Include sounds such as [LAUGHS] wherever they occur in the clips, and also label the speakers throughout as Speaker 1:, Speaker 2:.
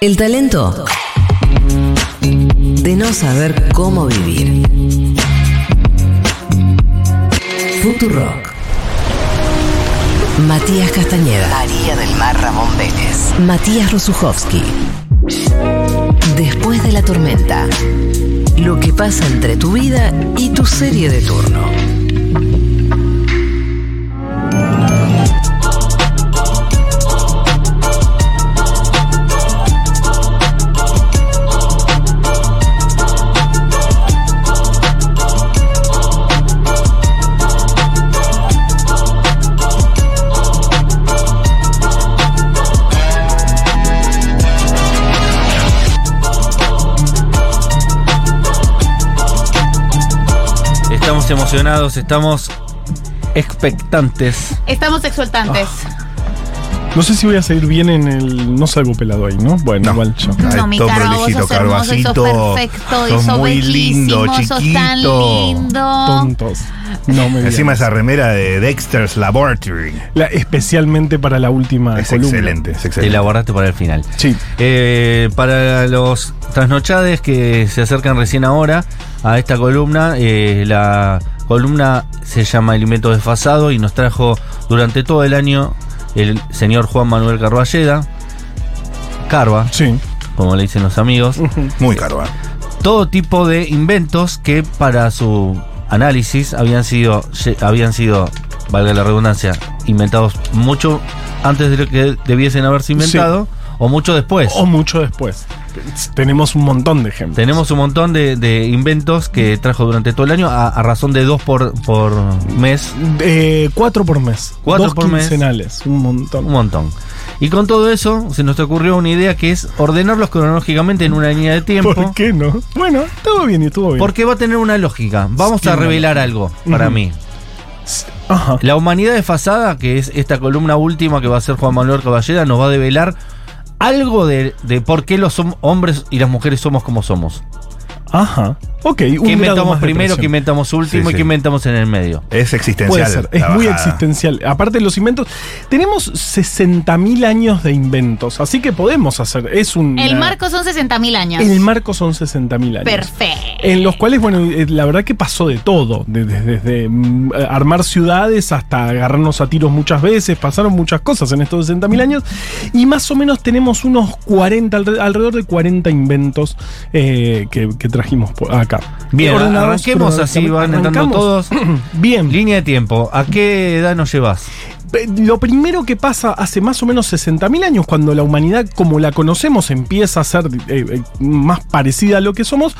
Speaker 1: El talento de no saber cómo vivir. Futurock. Matías Castañeda. María del Mar Ramón Vélez. Matías Rosuchowski. Después de la tormenta. Lo que pasa entre tu vida y tu serie de turno.
Speaker 2: Estamos emocionados, estamos expectantes.
Speaker 3: Estamos exultantes.
Speaker 4: Ah, No sé si voy a seguir bien en el. No salgo pelado ahí, ¿no? Bueno,
Speaker 5: No.
Speaker 4: igual yo.
Speaker 3: No, mi
Speaker 5: todo
Speaker 3: cara, vos
Speaker 5: prolijito,
Speaker 3: sos hermoso y sos
Speaker 5: Carbacito.
Speaker 3: perfecto, y
Speaker 5: Sos
Speaker 3: sos
Speaker 5: muy
Speaker 3: bellísimo,
Speaker 5: lindo,
Speaker 3: sos tan
Speaker 5: chiquito.
Speaker 3: lindo.
Speaker 4: Tontos. No me digas.
Speaker 5: Encima esa remera de Dexter's Laboratory.
Speaker 4: La- Especialmente para la última
Speaker 5: Es
Speaker 4: Ah, columna.
Speaker 5: excelente, es
Speaker 2: Te
Speaker 5: excelente.
Speaker 2: la guardaste para el final.
Speaker 4: Sí.
Speaker 2: Eh, para los trasnochades que se acercan recién ahora a esta columna, eh, la columna se llama Alimento Desfasado y nos trajo durante todo el año el señor Juan Manuel Carballeda, Carva,
Speaker 4: Sí.
Speaker 2: como le dicen los amigos,
Speaker 5: Muy caro. ¿eh?
Speaker 2: todo tipo de inventos que para su análisis habían sido, lle- habían sido, valga la redundancia, inventados mucho antes de lo que debiesen haberse inventado o mucho después.
Speaker 4: O mucho después. Tenemos un montón de ejemplos.
Speaker 2: Tenemos un montón de, de inventos
Speaker 4: Mm.
Speaker 2: que trajo durante todo el año a, a razón de dos por, por mes,
Speaker 4: Eh, cuatro por mes.
Speaker 2: Cuatro
Speaker 4: Dos
Speaker 2: por mes.
Speaker 4: quincenales. Un montón.
Speaker 2: un montón. Y con todo eso se nos ocurrió una idea que es ordenarlos cronológicamente en una línea de tiempo.
Speaker 4: ¿Por qué no? Bueno, estuvo bien y estuvo bien.
Speaker 2: Porque va a tener una lógica. Vamos a
Speaker 4: Tiene una
Speaker 2: revelar algo para
Speaker 4: Ujú.
Speaker 2: mí.
Speaker 4: Ajá.
Speaker 2: La humanidad desfasada, que es esta columna última que va a hacer Juan Manuel Caballera, nos va a develar algo de, de por qué los hom- hombres y las mujeres somos como somos.
Speaker 4: Ajá. Ok, un
Speaker 2: ¿Qué
Speaker 4: grado
Speaker 2: inventamos
Speaker 4: más de
Speaker 2: primero,
Speaker 4: presión.
Speaker 2: qué inventamos último
Speaker 5: Sí,
Speaker 2: y
Speaker 5: sí.
Speaker 2: qué inventamos en el medio?
Speaker 5: Es existencial.
Speaker 4: Puede ser, es
Speaker 5: la
Speaker 4: muy
Speaker 5: bajada.
Speaker 4: existencial. Aparte los inventos, tenemos 60.000 años de inventos, así que podemos hacer, es un...
Speaker 3: El marco son 60.000 años.
Speaker 4: El marco son 60.000 años.
Speaker 3: Perfecto.
Speaker 4: En los cuales, bueno, eh, la verdad que pasó de todo, de- de- desde, mm, eh, armar ciudades hasta agarrarnos a tiros muchas veces, pasaron muchas cosas en estos 60.000 años y más o menos tenemos unos 40, alre- alrededor de 40 inventos eh, que, que trajimos por acá.
Speaker 2: Bien,
Speaker 4: Ordenados
Speaker 2: arranquemos así, van
Speaker 4: cronológicamente.
Speaker 2: entrando todos.
Speaker 4: [CLEARS THROAT] Bien.
Speaker 2: Línea de tiempo, ¿a qué edad nos llevas?
Speaker 4: Pe- Lo primero que pasa hace más o menos 60.000 años, cuando la humanidad como la conocemos empieza a ser eh, eh, más parecida a lo que somos,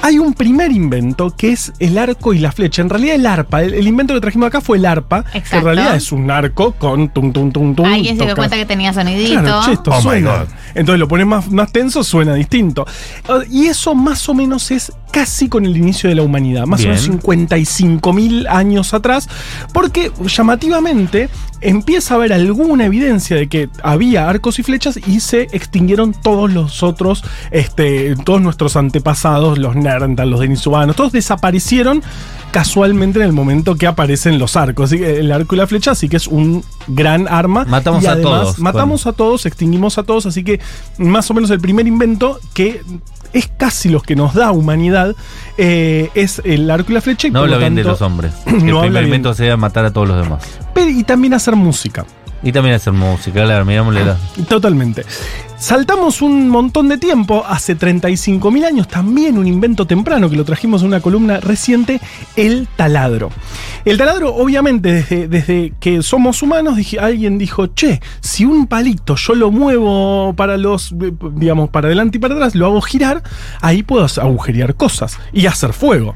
Speaker 4: hay un primer invento que es el arco y la flecha. En realidad el arpa, el, el invento que trajimos acá fue el arpa, que en
Speaker 3: Exacto.
Speaker 4: realidad es un arco con tum tum tum tum.
Speaker 3: Alguien se dio
Speaker 4: tocas.
Speaker 3: cuenta que tenía sonidito.
Speaker 4: Claro, che, esto
Speaker 5: Oh my
Speaker 4: suena.
Speaker 5: God.
Speaker 4: Entonces lo pones más, más tenso, suena distinto. Ah, Y eso más o menos es casi con el inicio de la humanidad, más
Speaker 2: Bien.
Speaker 4: o menos 55.000 años atrás, porque llamativamente empieza a haber alguna evidencia de que había arcos y flechas y se extinguieron todos los otros, este, todos nuestros antepasados, los Nerdental, los denisovanos, todos desaparecieron casualmente en el momento que aparecen los arcos. Así que el arco y la flecha sí que es un gran arma.
Speaker 2: Matamos
Speaker 4: Y
Speaker 2: a
Speaker 4: además,
Speaker 2: todos.
Speaker 4: Matamos a todos, extinguimos a todos, así que más o menos el primer invento que es casi los que nos da humanidad eh, es el arco y la flecha. Y
Speaker 2: No
Speaker 4: por lo
Speaker 2: habla bien de
Speaker 4: tanto-
Speaker 2: los
Speaker 4: [CLEARS THROAT]
Speaker 2: hombres. que
Speaker 4: no
Speaker 2: el
Speaker 4: habla
Speaker 2: primer
Speaker 4: bien.
Speaker 2: invento sea matar a todos los demás.
Speaker 4: Pero- y también hacer música.
Speaker 2: Y también hacer música, claro, miramos la edad.
Speaker 4: Totalmente. Saltamos un montón de tiempo, hace 35.000 años, también un invento temprano que lo trajimos en una columna reciente, el taladro. El taladro, obviamente, desde, desde que somos humanos, dije, alguien dijo, che, si un palito yo lo muevo para los, eh, digamos, para adelante y para atrás, lo hago girar, ahí puedo agujerear cosas y hacer fuego.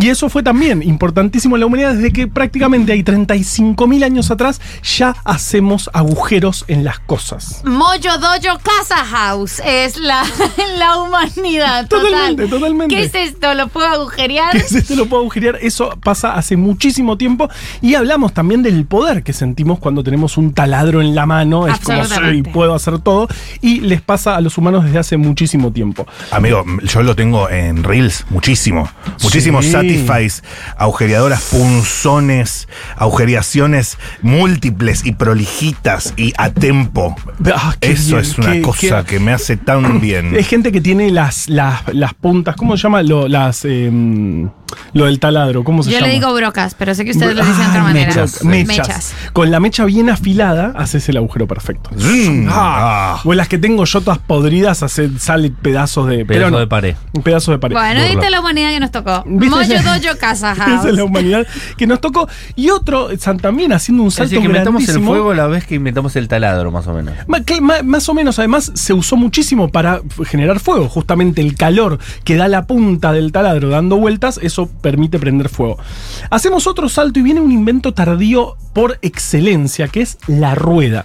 Speaker 4: Y eso fue también importantísimo en la humanidad desde que prácticamente hay 35.000 años atrás ya hacemos agujeros en las cosas. [LAUGHS]
Speaker 3: Moyo Dojo Casa House es la, [LAUGHS] la humanidad. total.
Speaker 4: Totalmente, totalmente.
Speaker 3: ¿Qué es esto? ¿Lo puedo agujerear?
Speaker 4: Que se te lo puedo agujerear, eso pasa hace muchísimo tiempo y hablamos también del poder que sentimos cuando tenemos un taladro en la mano, es como soy,
Speaker 3: Absolutamente.
Speaker 4: puedo hacer todo y les pasa a los humanos desde hace muchísimo tiempo.
Speaker 5: Amigo, yo lo tengo en Reels muchísimo. Muchísimos
Speaker 4: Sí.
Speaker 5: satisfies, agujereadoras, punzones, agujeriaciones múltiples y prolijitas y a tempo.
Speaker 4: Ah, qué
Speaker 5: Eso
Speaker 4: bien,
Speaker 5: es una
Speaker 4: qué-
Speaker 5: cosa
Speaker 4: qué-
Speaker 5: que me hace tan bien.
Speaker 4: [COUGHS] Es gente que tiene las, las, las puntas, ¿cómo se llama? Lo, las, em, lo del taladro, ¿cómo se
Speaker 3: Yo
Speaker 4: llama?
Speaker 3: le digo brocas, pero sé que ustedes lo dicen de otra
Speaker 4: Ay,
Speaker 3: manera.
Speaker 4: Mechas, mechas.
Speaker 3: Mechas.
Speaker 4: Con la mecha bien afilada haces el agujero perfecto.
Speaker 5: Mm,
Speaker 4: Ah,
Speaker 5: ah.
Speaker 4: O las que tengo yo todas podridas hace, sale pedazos de
Speaker 2: Pedazo
Speaker 4: pero no,
Speaker 2: de pared.
Speaker 4: Pedazos de pared.
Speaker 3: Bueno,
Speaker 2: Burla.
Speaker 3: viste la humanidad que nos tocó.
Speaker 4: ¿Viste?
Speaker 3: Moyo Dojo Casa
Speaker 4: [LAUGHS] Esa es la
Speaker 3: House.
Speaker 4: humanidad que nos tocó. Y otro, San también haciendo un
Speaker 2: Es
Speaker 4: salto
Speaker 2: decir, que inventamos el
Speaker 4: grandísimo. Ah,
Speaker 2: fuego a la vez que inventamos el taladro, más o menos.
Speaker 4: Ma- que ma- Más o menos, además, se usó muchísimo para f- generar fuego. Justamente el calor que da la punta del taladro dando vueltas, eso permite prender fuego. Hacemos otro salto y viene un invento tardío por excelencia, que es la rueda.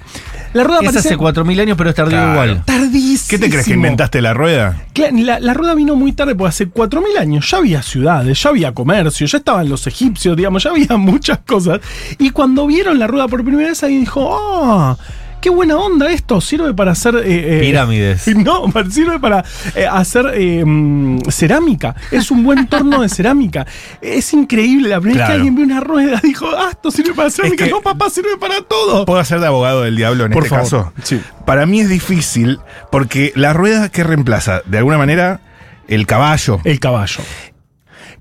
Speaker 4: La rueda
Speaker 2: Es
Speaker 4: parece
Speaker 2: hace 4.000 años, pero es tardío
Speaker 5: Claro.
Speaker 2: igual.
Speaker 4: tardísimo.
Speaker 5: ¿Qué te crees que inventaste la rueda?
Speaker 4: Cla- La, la rueda vino muy tarde, porque hace 4.000 años ya había ciudades, ya había comercio, ya estaban los egipcios, digamos, ya había [LAUGHS] muchas cosas. Y cuando vieron la rueda por primera vez, alguien dijo, ¡ah! ¡Qué buena onda esto! Sirve para hacer... eh, eh,
Speaker 2: Pirámides.
Speaker 4: [LAUGHS] No, pa- sirve para eh, hacer eh, mm, cerámica. Es un buen torno de cerámica. Es increíble. La primera vez que
Speaker 5: Claro.
Speaker 4: alguien vio una rueda dijo, ah, esto sirve para cerámica.
Speaker 5: que-
Speaker 4: no, papá, sirve para todo.
Speaker 5: ¿Puedo hacer de abogado del diablo en
Speaker 4: Por
Speaker 5: este
Speaker 4: favor.
Speaker 5: caso?
Speaker 4: Sí.
Speaker 5: Para mí es difícil porque la rueda que reemplaza, de alguna manera, el caballo.
Speaker 4: El caballo.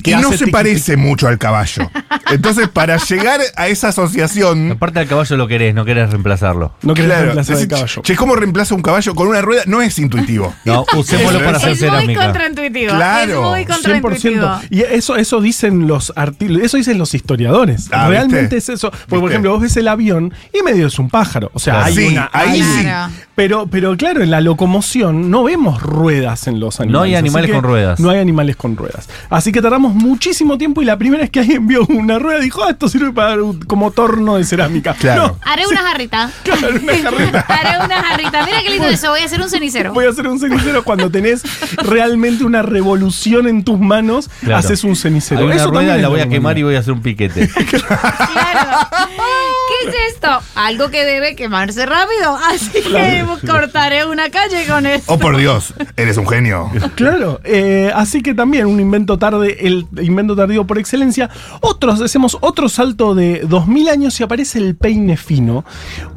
Speaker 5: Y
Speaker 4: Eh, hace
Speaker 5: no
Speaker 4: tiqui,
Speaker 5: se
Speaker 4: tiqui.
Speaker 5: parece mucho
Speaker 4: [LAUGHS]
Speaker 5: al caballo. Entonces, para llegar a esa asociación.
Speaker 2: Aparte del caballo lo querés, no querés reemplazarlo.
Speaker 4: No querés
Speaker 5: claro,
Speaker 4: reemplazar el
Speaker 5: decís,
Speaker 4: caballo.
Speaker 5: Che, ¿cómo reemplaza un caballo con una rueda? No es intuitivo.
Speaker 2: No, usémoslo para hacer
Speaker 3: Es muy
Speaker 2: cerámica.
Speaker 3: contraintuitivo.
Speaker 5: Claro,
Speaker 3: Es muy contraintuitivo.
Speaker 4: Y eso, eso dicen los arti- eso dicen los historiadores.
Speaker 5: Ah,
Speaker 4: Realmente
Speaker 5: ¿viste?
Speaker 4: es eso. Porque, por
Speaker 5: ¿Viste? Ah,
Speaker 4: ejemplo, vos ves el avión y medio es un pájaro. O sea,
Speaker 2: Claro.
Speaker 4: hay
Speaker 5: Sí,
Speaker 4: una.
Speaker 5: ahí
Speaker 4: hay-
Speaker 5: sí.
Speaker 3: Claro.
Speaker 4: Pero, pero claro, en la locomoción no vemos ruedas en los animales.
Speaker 2: No hay
Speaker 4: así
Speaker 2: animales
Speaker 4: que
Speaker 2: con ruedas.
Speaker 4: No hay animales con ruedas. Así que tardamos muchísimo tiempo y la primera vez que alguien vio una rueda dijo, ah, esto sirve para un- como torno de cerámica.
Speaker 5: [LAUGHS] Claro.
Speaker 3: Haré una jarrita.
Speaker 4: No, claro, [LAUGHS] una carreta.
Speaker 3: [LAUGHS] Haré una jarrita. Mira qué lindo eso. Voy a hacer un cenicero.
Speaker 4: Voy a hacer un cenicero cuando tenés realmente una revolución en tus manos,
Speaker 2: Claro.
Speaker 4: haces un
Speaker 2: Hay
Speaker 4: cenicero.
Speaker 2: una
Speaker 4: Eso también
Speaker 2: rueda,
Speaker 4: es
Speaker 2: la voy a
Speaker 4: locomoción.
Speaker 2: quemar y voy a hacer un
Speaker 4: [LAUGHS]
Speaker 2: piquete.
Speaker 3: Claro. ¿Qué es esto? Algo que debe quemarse rápido. Así que cortaré una calle con esto.
Speaker 5: Oh, por Dios, eres un genio.
Speaker 4: Claro, eh, así que también un invento tarde, el invento tardío por excelencia. Otros, hacemos otro salto de 2000 años y aparece el peine fino.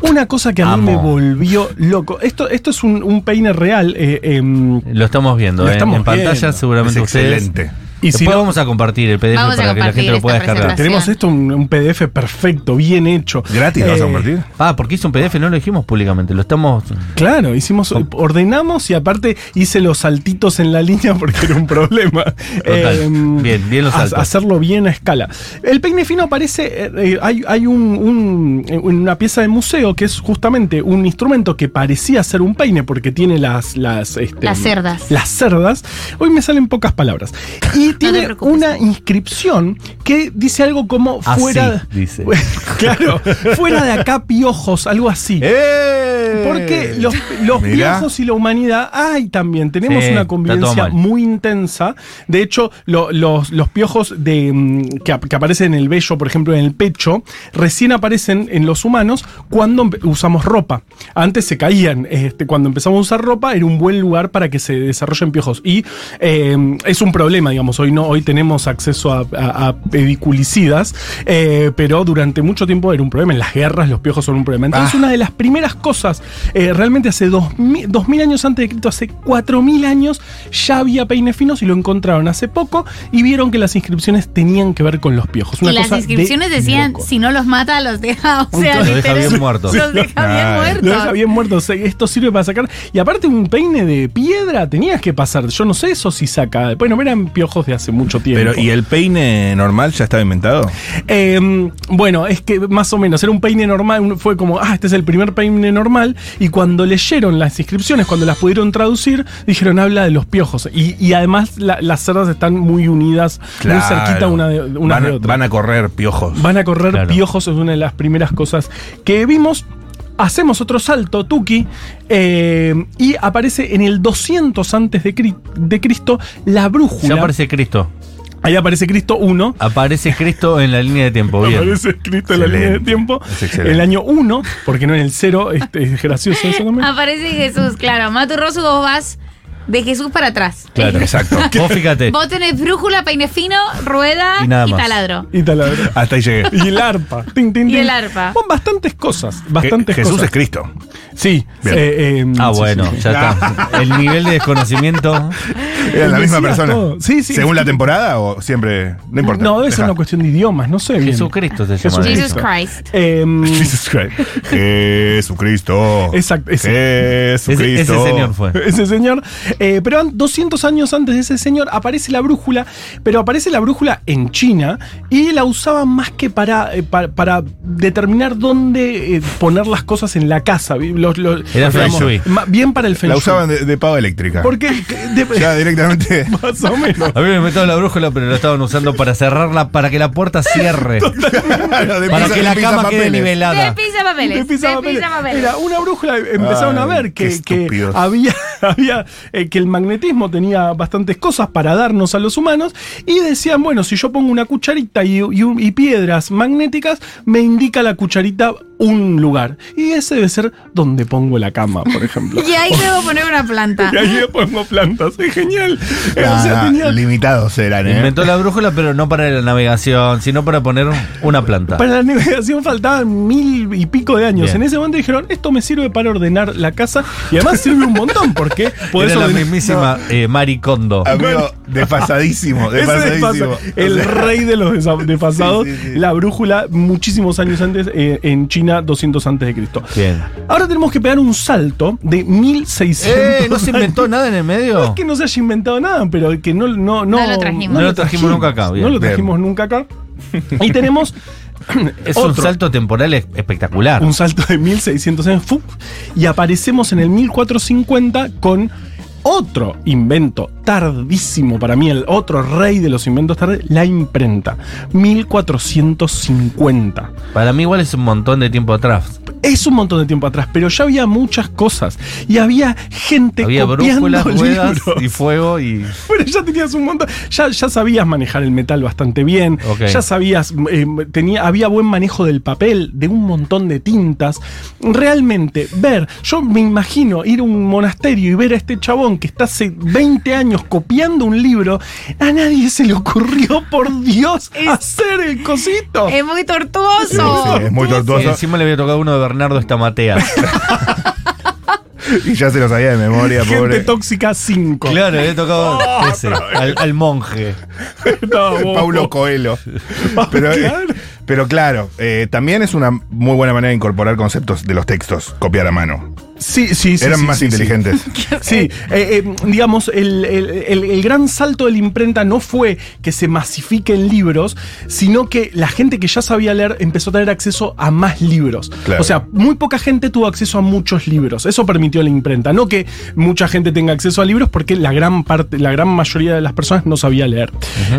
Speaker 4: Una cosa que a mí
Speaker 2: Amo.
Speaker 4: me volvió loco. Esto, esto es un, un peine real. eh, em,
Speaker 2: Lo estamos viendo,
Speaker 4: Lo
Speaker 2: ¿eh?
Speaker 4: estamos
Speaker 2: en pantalla
Speaker 4: viendo.
Speaker 5: Es
Speaker 2: seguramente ustedes.
Speaker 5: excelente.
Speaker 4: y si
Speaker 2: Después
Speaker 4: no,
Speaker 2: vamos a compartir el PDF
Speaker 3: Vamos a
Speaker 2: para que la gente
Speaker 3: compartir
Speaker 2: lo pueda
Speaker 3: esta
Speaker 2: descargar.
Speaker 3: presentación.
Speaker 4: tenemos esto, un, un PDF perfecto, bien hecho.
Speaker 5: Gratis, ¿lo vas a
Speaker 4: Eh,
Speaker 5: compartir?
Speaker 2: Ah, porque hizo un PDF, no lo dijimos públicamente, lo estamos...
Speaker 4: Claro, hicimos, ordenamos y aparte hice los saltitos en la línea porque era un problema. Em,
Speaker 2: Total. Bien, bien los
Speaker 4: ha-
Speaker 2: saltos.
Speaker 4: Hacerlo bien a escala. El peine fino aparece, eh, eh, hay, hay un- un- eh, una pieza de museo que es justamente un instrumento que parecía ser un peine porque tiene las... Las, este,
Speaker 3: Las cerdas.
Speaker 4: Las cerdas. Hoy me salen pocas palabras. Y tiene
Speaker 3: preocupes.
Speaker 4: una inscripción que dice algo como
Speaker 2: Así,
Speaker 4: fuera...
Speaker 2: Ah, dice.
Speaker 4: [LAUGHS] claro, fuera de acá piojos,
Speaker 2: [LAUGHS]
Speaker 4: algo así.
Speaker 5: ¡Eh!
Speaker 4: Porque los, los
Speaker 5: Mirá.
Speaker 4: viejos y la humanidad, ay, también tenemos
Speaker 2: Sí, está
Speaker 4: una
Speaker 2: todo
Speaker 4: convivencia
Speaker 2: mal.
Speaker 4: muy intensa. De hecho, lo- los, los piojos de, mm, que, ap- que aparecen en el vello, por ejemplo, en el pecho, recién aparecen en los humanos cuando empe- usamos ropa. Antes se caían. Este, cuando empezamos a usar ropa, era un buen lugar para que se desarrollen piojos. Y eh, es un problema, digamos. Hoy no, hoy tenemos acceso a, a- a pediculicidas, eh, pero durante mucho tiempo era un problema. En las guerras, los piojos son un problema. Entonces,
Speaker 5: Ah.
Speaker 4: una de las primeras cosas, eh, realmente hace 2000, 2000 años antes de Cristo, hace 4000 años, ya había peines finos y lo encontraron hace poco y vieron que las inscripciones tenían que ver con los piojos. Una
Speaker 3: y las
Speaker 4: cosa de
Speaker 3: inscripciones decían,
Speaker 4: loco.
Speaker 3: si no los mata, los deja, o sea,
Speaker 2: Los deja
Speaker 3: literal,
Speaker 2: bien muertos.
Speaker 3: Los deja
Speaker 5: Ah,
Speaker 3: bien
Speaker 4: Lo deja
Speaker 3: muertos.
Speaker 4: bien muerto. o sea, esto sirve para sacar. Y aparte, un peine de piedra tenías que pasar. Yo no sé eso si saca. Bueno, eran piojos de hace mucho tiempo.
Speaker 5: Pero, ¿y el peine normal ya estaba inventado?
Speaker 4: Eh, bueno, es que más o menos era un peine normal, un- fue como, ah, este es el primer peine normal, y cuando leyeron las inscripciones, cuando las pudieron traducir, dijeron, habla de los piojos, y, y además la- las cerdas están muy unidas, muy cerquita una de, una
Speaker 5: van,
Speaker 4: de otra.
Speaker 5: van a correr piojos.
Speaker 4: Van a correr
Speaker 2: Claro.
Speaker 4: piojos, es una de las primeras cosas que vimos. Hacemos otro salto, Tuki, eh, y aparece en el 200 antes de, Cri- de Cristo la
Speaker 2: Ya
Speaker 4: brújula.
Speaker 2: aparece Cristo.
Speaker 4: Ahí aparece Cristo 1.
Speaker 2: Aparece Cristo en la línea de tiempo, bien.
Speaker 4: Aparece escrito en la línea de
Speaker 5: Excelente.
Speaker 4: tiempo.
Speaker 5: Es excelente.
Speaker 4: El año 1,
Speaker 3: [LAUGHS] Ah,
Speaker 4: porque no en el 0, este, es gracioso eso también.
Speaker 3: Aparece Jesús, claro. Maturroso, vos vas. de Jesús para atrás.
Speaker 2: Claro.
Speaker 4: [LAUGHS]
Speaker 5: Exacto.
Speaker 2: Vos fíjate.
Speaker 3: Vos tenés brújula, peine fino, rueda
Speaker 2: Y
Speaker 3: y,
Speaker 2: nada más.
Speaker 3: taladro.
Speaker 4: Y taladro.
Speaker 5: Hasta ahí llegué.
Speaker 4: Y el arpa. Tin, tin,
Speaker 3: Y el
Speaker 4: tin.
Speaker 3: arpa.
Speaker 4: Bueno, bastantes cosas. Bastantes
Speaker 5: Je- Jesús
Speaker 4: cosas.
Speaker 5: es Cristo.
Speaker 4: Sí.
Speaker 5: Bien.
Speaker 4: eh, eh,
Speaker 2: Ah,
Speaker 4: sí,
Speaker 2: bueno,
Speaker 4: sí, sí.
Speaker 2: ya
Speaker 4: [LAUGHS]
Speaker 2: está. El nivel de desconocimiento.
Speaker 5: Era la
Speaker 4: Decía
Speaker 5: misma persona.
Speaker 4: todo. Sí, sí.
Speaker 5: Según la temporada o siempre. No importa.
Speaker 4: No, debe ser
Speaker 5: Deja.
Speaker 4: una cuestión de idiomas, no sé bien.
Speaker 2: Jesucristo se llama.
Speaker 4: Jesucristo.
Speaker 3: Jesus Christ.
Speaker 4: Em,
Speaker 5: [LAUGHS] [LAUGHS] Jesus Christ. Jesucristo.
Speaker 4: Exacto, ese.
Speaker 2: Ese,
Speaker 5: Jesucristo.
Speaker 2: ese señor fue.
Speaker 4: [LAUGHS] ese señor. Eh, pero an- 200 años antes de ese señor aparece la brújula, pero aparece la brújula en China y la usaban más que para, eh, pa- para, determinar dónde eh, poner las cosas en la casa. Vi- los- los-
Speaker 2: Era feng
Speaker 4: digamos,
Speaker 2: shui.
Speaker 4: ma- Bien para el feng
Speaker 5: La
Speaker 4: shui.
Speaker 5: usaban de, de pava eléctrica.
Speaker 4: Porque
Speaker 5: [LAUGHS]
Speaker 4: de-
Speaker 5: Ya directamente.
Speaker 4: [LAUGHS]
Speaker 5: [LAUGHS]
Speaker 4: más o menos.
Speaker 2: A mí me metieron la brújula, pero la estaban usando para cerrarla, para que la puerta cierre. Para que la cama quede
Speaker 3: De
Speaker 2: nivelada.
Speaker 3: pizza papeles.
Speaker 4: Le pisaba
Speaker 3: de pizza
Speaker 4: papeles.
Speaker 3: papeles.
Speaker 4: Era una brújula, empezaron
Speaker 5: Ay,
Speaker 4: a ver que,
Speaker 5: qué
Speaker 4: que
Speaker 5: estúpidos.
Speaker 4: había, [LAUGHS] había eh, que el magnetismo tenía bastantes cosas para darnos a los humanos y decían, bueno, si yo pongo una cucharita y, y un- y piedras magnéticas, me indica la cucharita un lugar. Y ese debe ser donde pongo la cama, por ejemplo.
Speaker 3: [LAUGHS] Y ahí debo poner una planta.
Speaker 4: y ahí le pongo plantas, es genial.
Speaker 5: [LAUGHS]
Speaker 4: Eh, o sea,
Speaker 5: Nah,
Speaker 4: tenía-
Speaker 5: limitados eran, ¿eh?
Speaker 2: Inventó la brújula, pero no para la navegación, sino para poner una planta.
Speaker 4: Para la navegación faltaban mil y pico de años.
Speaker 2: Bien.
Speaker 4: En ese momento dijeron, esto me sirve para ordenar la casa. Y además sirve un montón
Speaker 5: [LAUGHS]
Speaker 4: porque podés
Speaker 2: Era la
Speaker 4: ordenar-
Speaker 2: mismísima eh, Marie Kondo.
Speaker 4: Ah,
Speaker 5: Amigo, desfasadísimo.
Speaker 4: [LAUGHS] Ese
Speaker 5: Desfasadísimo.
Speaker 4: desfasa- el
Speaker 5: O sea,
Speaker 4: rey de
Speaker 2: [LAUGHS]
Speaker 4: los desa- desfasados,
Speaker 5: Sí, sí, sí.
Speaker 4: la brújula muchísimos años antes eh, en China, 200 antes de Cristo.
Speaker 2: Bien.
Speaker 4: Ahora tenemos que pegar un salto de 1600.
Speaker 2: Eh, ¿No se inventó
Speaker 4: años.
Speaker 2: nada en el
Speaker 4: No es
Speaker 2: medio?
Speaker 4: que no se haya inventado nada, pero que no, no, no,
Speaker 3: No lo trajimos.
Speaker 2: No lo trajimos nunca acá, bien.
Speaker 4: No lo trajimos
Speaker 5: Bien.
Speaker 2: [LAUGHS]
Speaker 4: nunca acá. Y tenemos
Speaker 2: Es un
Speaker 4: otro,
Speaker 2: salto temporal es- espectacular.
Speaker 4: un salto de 1600 años ¡fup! y aparecemos en el 1450 con otro invento tardísimo para mí, el otro rey de los inventos tarde, la imprenta. 1450.
Speaker 2: Para mí igual es un montón de tiempo atrás.
Speaker 4: Es un montón de tiempo atrás, pero ya había muchas cosas y había gente
Speaker 2: Había
Speaker 4: copiando
Speaker 2: brújulas, ruedas
Speaker 4: libros.
Speaker 2: y fuego y...
Speaker 4: Bueno, ya tenías un montón. Ya, ya sabías manejar el metal bastante bien.
Speaker 2: Ok.
Speaker 4: Ya sabías. eh, tenía, había buen manejo del papel, de un montón de tintas. Realmente, ver. Yo me imagino ir a un monasterio y ver a este chabón que está hace 20 años copiando un libro. A nadie se le ocurrió, por Dios, hacer el cosito.
Speaker 3: Es muy
Speaker 5: sí,
Speaker 3: tortuoso.
Speaker 5: sí, es muy
Speaker 2: Y
Speaker 5: tortuoso.
Speaker 2: encima le había tocado uno de Bernardo Estamatea.
Speaker 4: [LAUGHS]
Speaker 5: Y ya se lo sabía de memoria,
Speaker 4: Gente
Speaker 5: pobre.
Speaker 4: tóxica 5. [LAUGHS]
Speaker 2: claro, le había tocado ese, al, al monje.
Speaker 5: [LAUGHS] Paulo Coelho.
Speaker 4: [LAUGHS]
Speaker 5: [LAUGHS] Pero, eh,
Speaker 4: Claro.
Speaker 5: pero claro, eh, también es una muy buena manera de incorporar conceptos de los textos, copiar a mano.
Speaker 4: Sí, sí, sí.
Speaker 5: Eran
Speaker 4: sí,
Speaker 5: más
Speaker 4: sí, sí.
Speaker 5: inteligentes.
Speaker 4: [LAUGHS] Sí, eh, eh, digamos, el, el- el- el gran salto de la imprenta no fue que se masifiquen libros, sino que la gente que ya sabía leer empezó a tener acceso a más libros.
Speaker 5: Claro.
Speaker 4: O sea, muy poca gente tuvo acceso a muchos libros. Eso permitió la imprenta. No que mucha gente tenga acceso a libros porque la gran parte, la gran mayoría de las personas no sabía leer.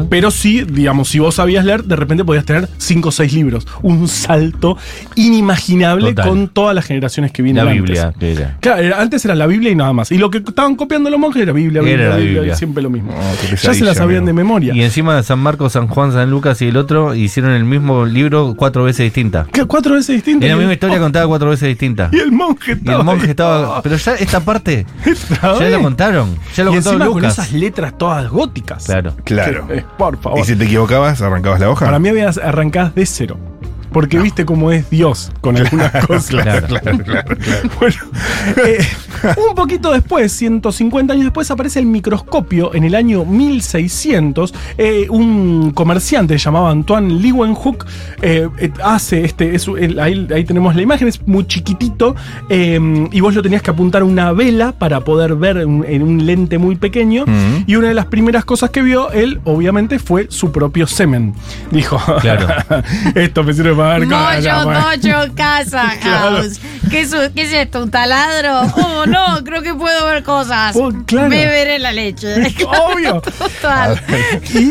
Speaker 4: Pero sí, digamos, si vos sabías leer, de repente podías tener cinco o seis libros. Un salto inimaginable
Speaker 2: Total.
Speaker 4: con todas las generaciones que
Speaker 2: La
Speaker 4: vienen antes.
Speaker 2: Biblia. que era.
Speaker 4: Claro, era- antes era la Biblia y nada más. Y lo que estaban copiando los monjes era Biblia, Biblia,
Speaker 2: Era la
Speaker 4: Biblia,
Speaker 2: Biblia.
Speaker 4: y siempre lo mismo.
Speaker 5: Oh,
Speaker 4: ya
Speaker 5: qué
Speaker 4: se
Speaker 5: pesadilla,
Speaker 4: la sabían
Speaker 5: amigo.
Speaker 4: de memoria.
Speaker 2: Y encima de San Marcos, San Juan, San Lucas y el otro hicieron el mismo libro cuatro veces distinta.
Speaker 4: Que Cuatro veces distintas.
Speaker 2: Era la
Speaker 4: Y el-
Speaker 2: misma historia contada cuatro veces distinta.
Speaker 4: [LAUGHS] Y el monje
Speaker 2: Y
Speaker 4: estaba.
Speaker 2: el monje
Speaker 4: ahí.
Speaker 2: estaba.
Speaker 4: [LAUGHS] Ah,
Speaker 2: Pero ya esta parte.
Speaker 4: otra
Speaker 2: Ya
Speaker 4: vez.
Speaker 2: la contaron. Ya lo
Speaker 4: y
Speaker 2: contó
Speaker 4: encima con
Speaker 2: Lucas.
Speaker 4: esas letras todas góticas.
Speaker 2: Claro.
Speaker 5: Claro.
Speaker 4: Eh, por favor.
Speaker 5: Y si te equivocabas, arrancabas la hoja.
Speaker 4: Para
Speaker 5: [LAUGHS]
Speaker 4: mí habías arrancás de cero. Porque viste cómo es Dios
Speaker 2: [LAUGHS]
Speaker 4: con algunas cosas.
Speaker 2: Claro.
Speaker 4: [LAUGHS] Bueno, eh, un poquito después, 150 años después, aparece el microscopio en el año 1600. Eh, un comerciante llamado Antoine Leeuwenhoek eh, eh, hace este, es, el- ahí, ahí tenemos la imagen, es muy chiquitito eh, y vos lo tenías que apuntar a una vela para poder ver en, en un lente muy pequeño.
Speaker 5: Mm.
Speaker 4: Y una de las primeras cosas que vio él, obviamente, fue su propio semen. Dijo,
Speaker 2: Claro.
Speaker 4: [LAUGHS] esto me sirve para dar cosas,
Speaker 3: Moyo,
Speaker 4: bueno".
Speaker 3: moyo, casa,
Speaker 4: [LAUGHS]
Speaker 3: house. ¿Qué, es, ¿Qué es esto? ¿Un taladro? Oh, no, creo que puedo ver cosas.
Speaker 4: Oh, claro.
Speaker 3: Beberé la leche.
Speaker 5: Ah,
Speaker 4: Obvio.
Speaker 3: Total.
Speaker 4: Y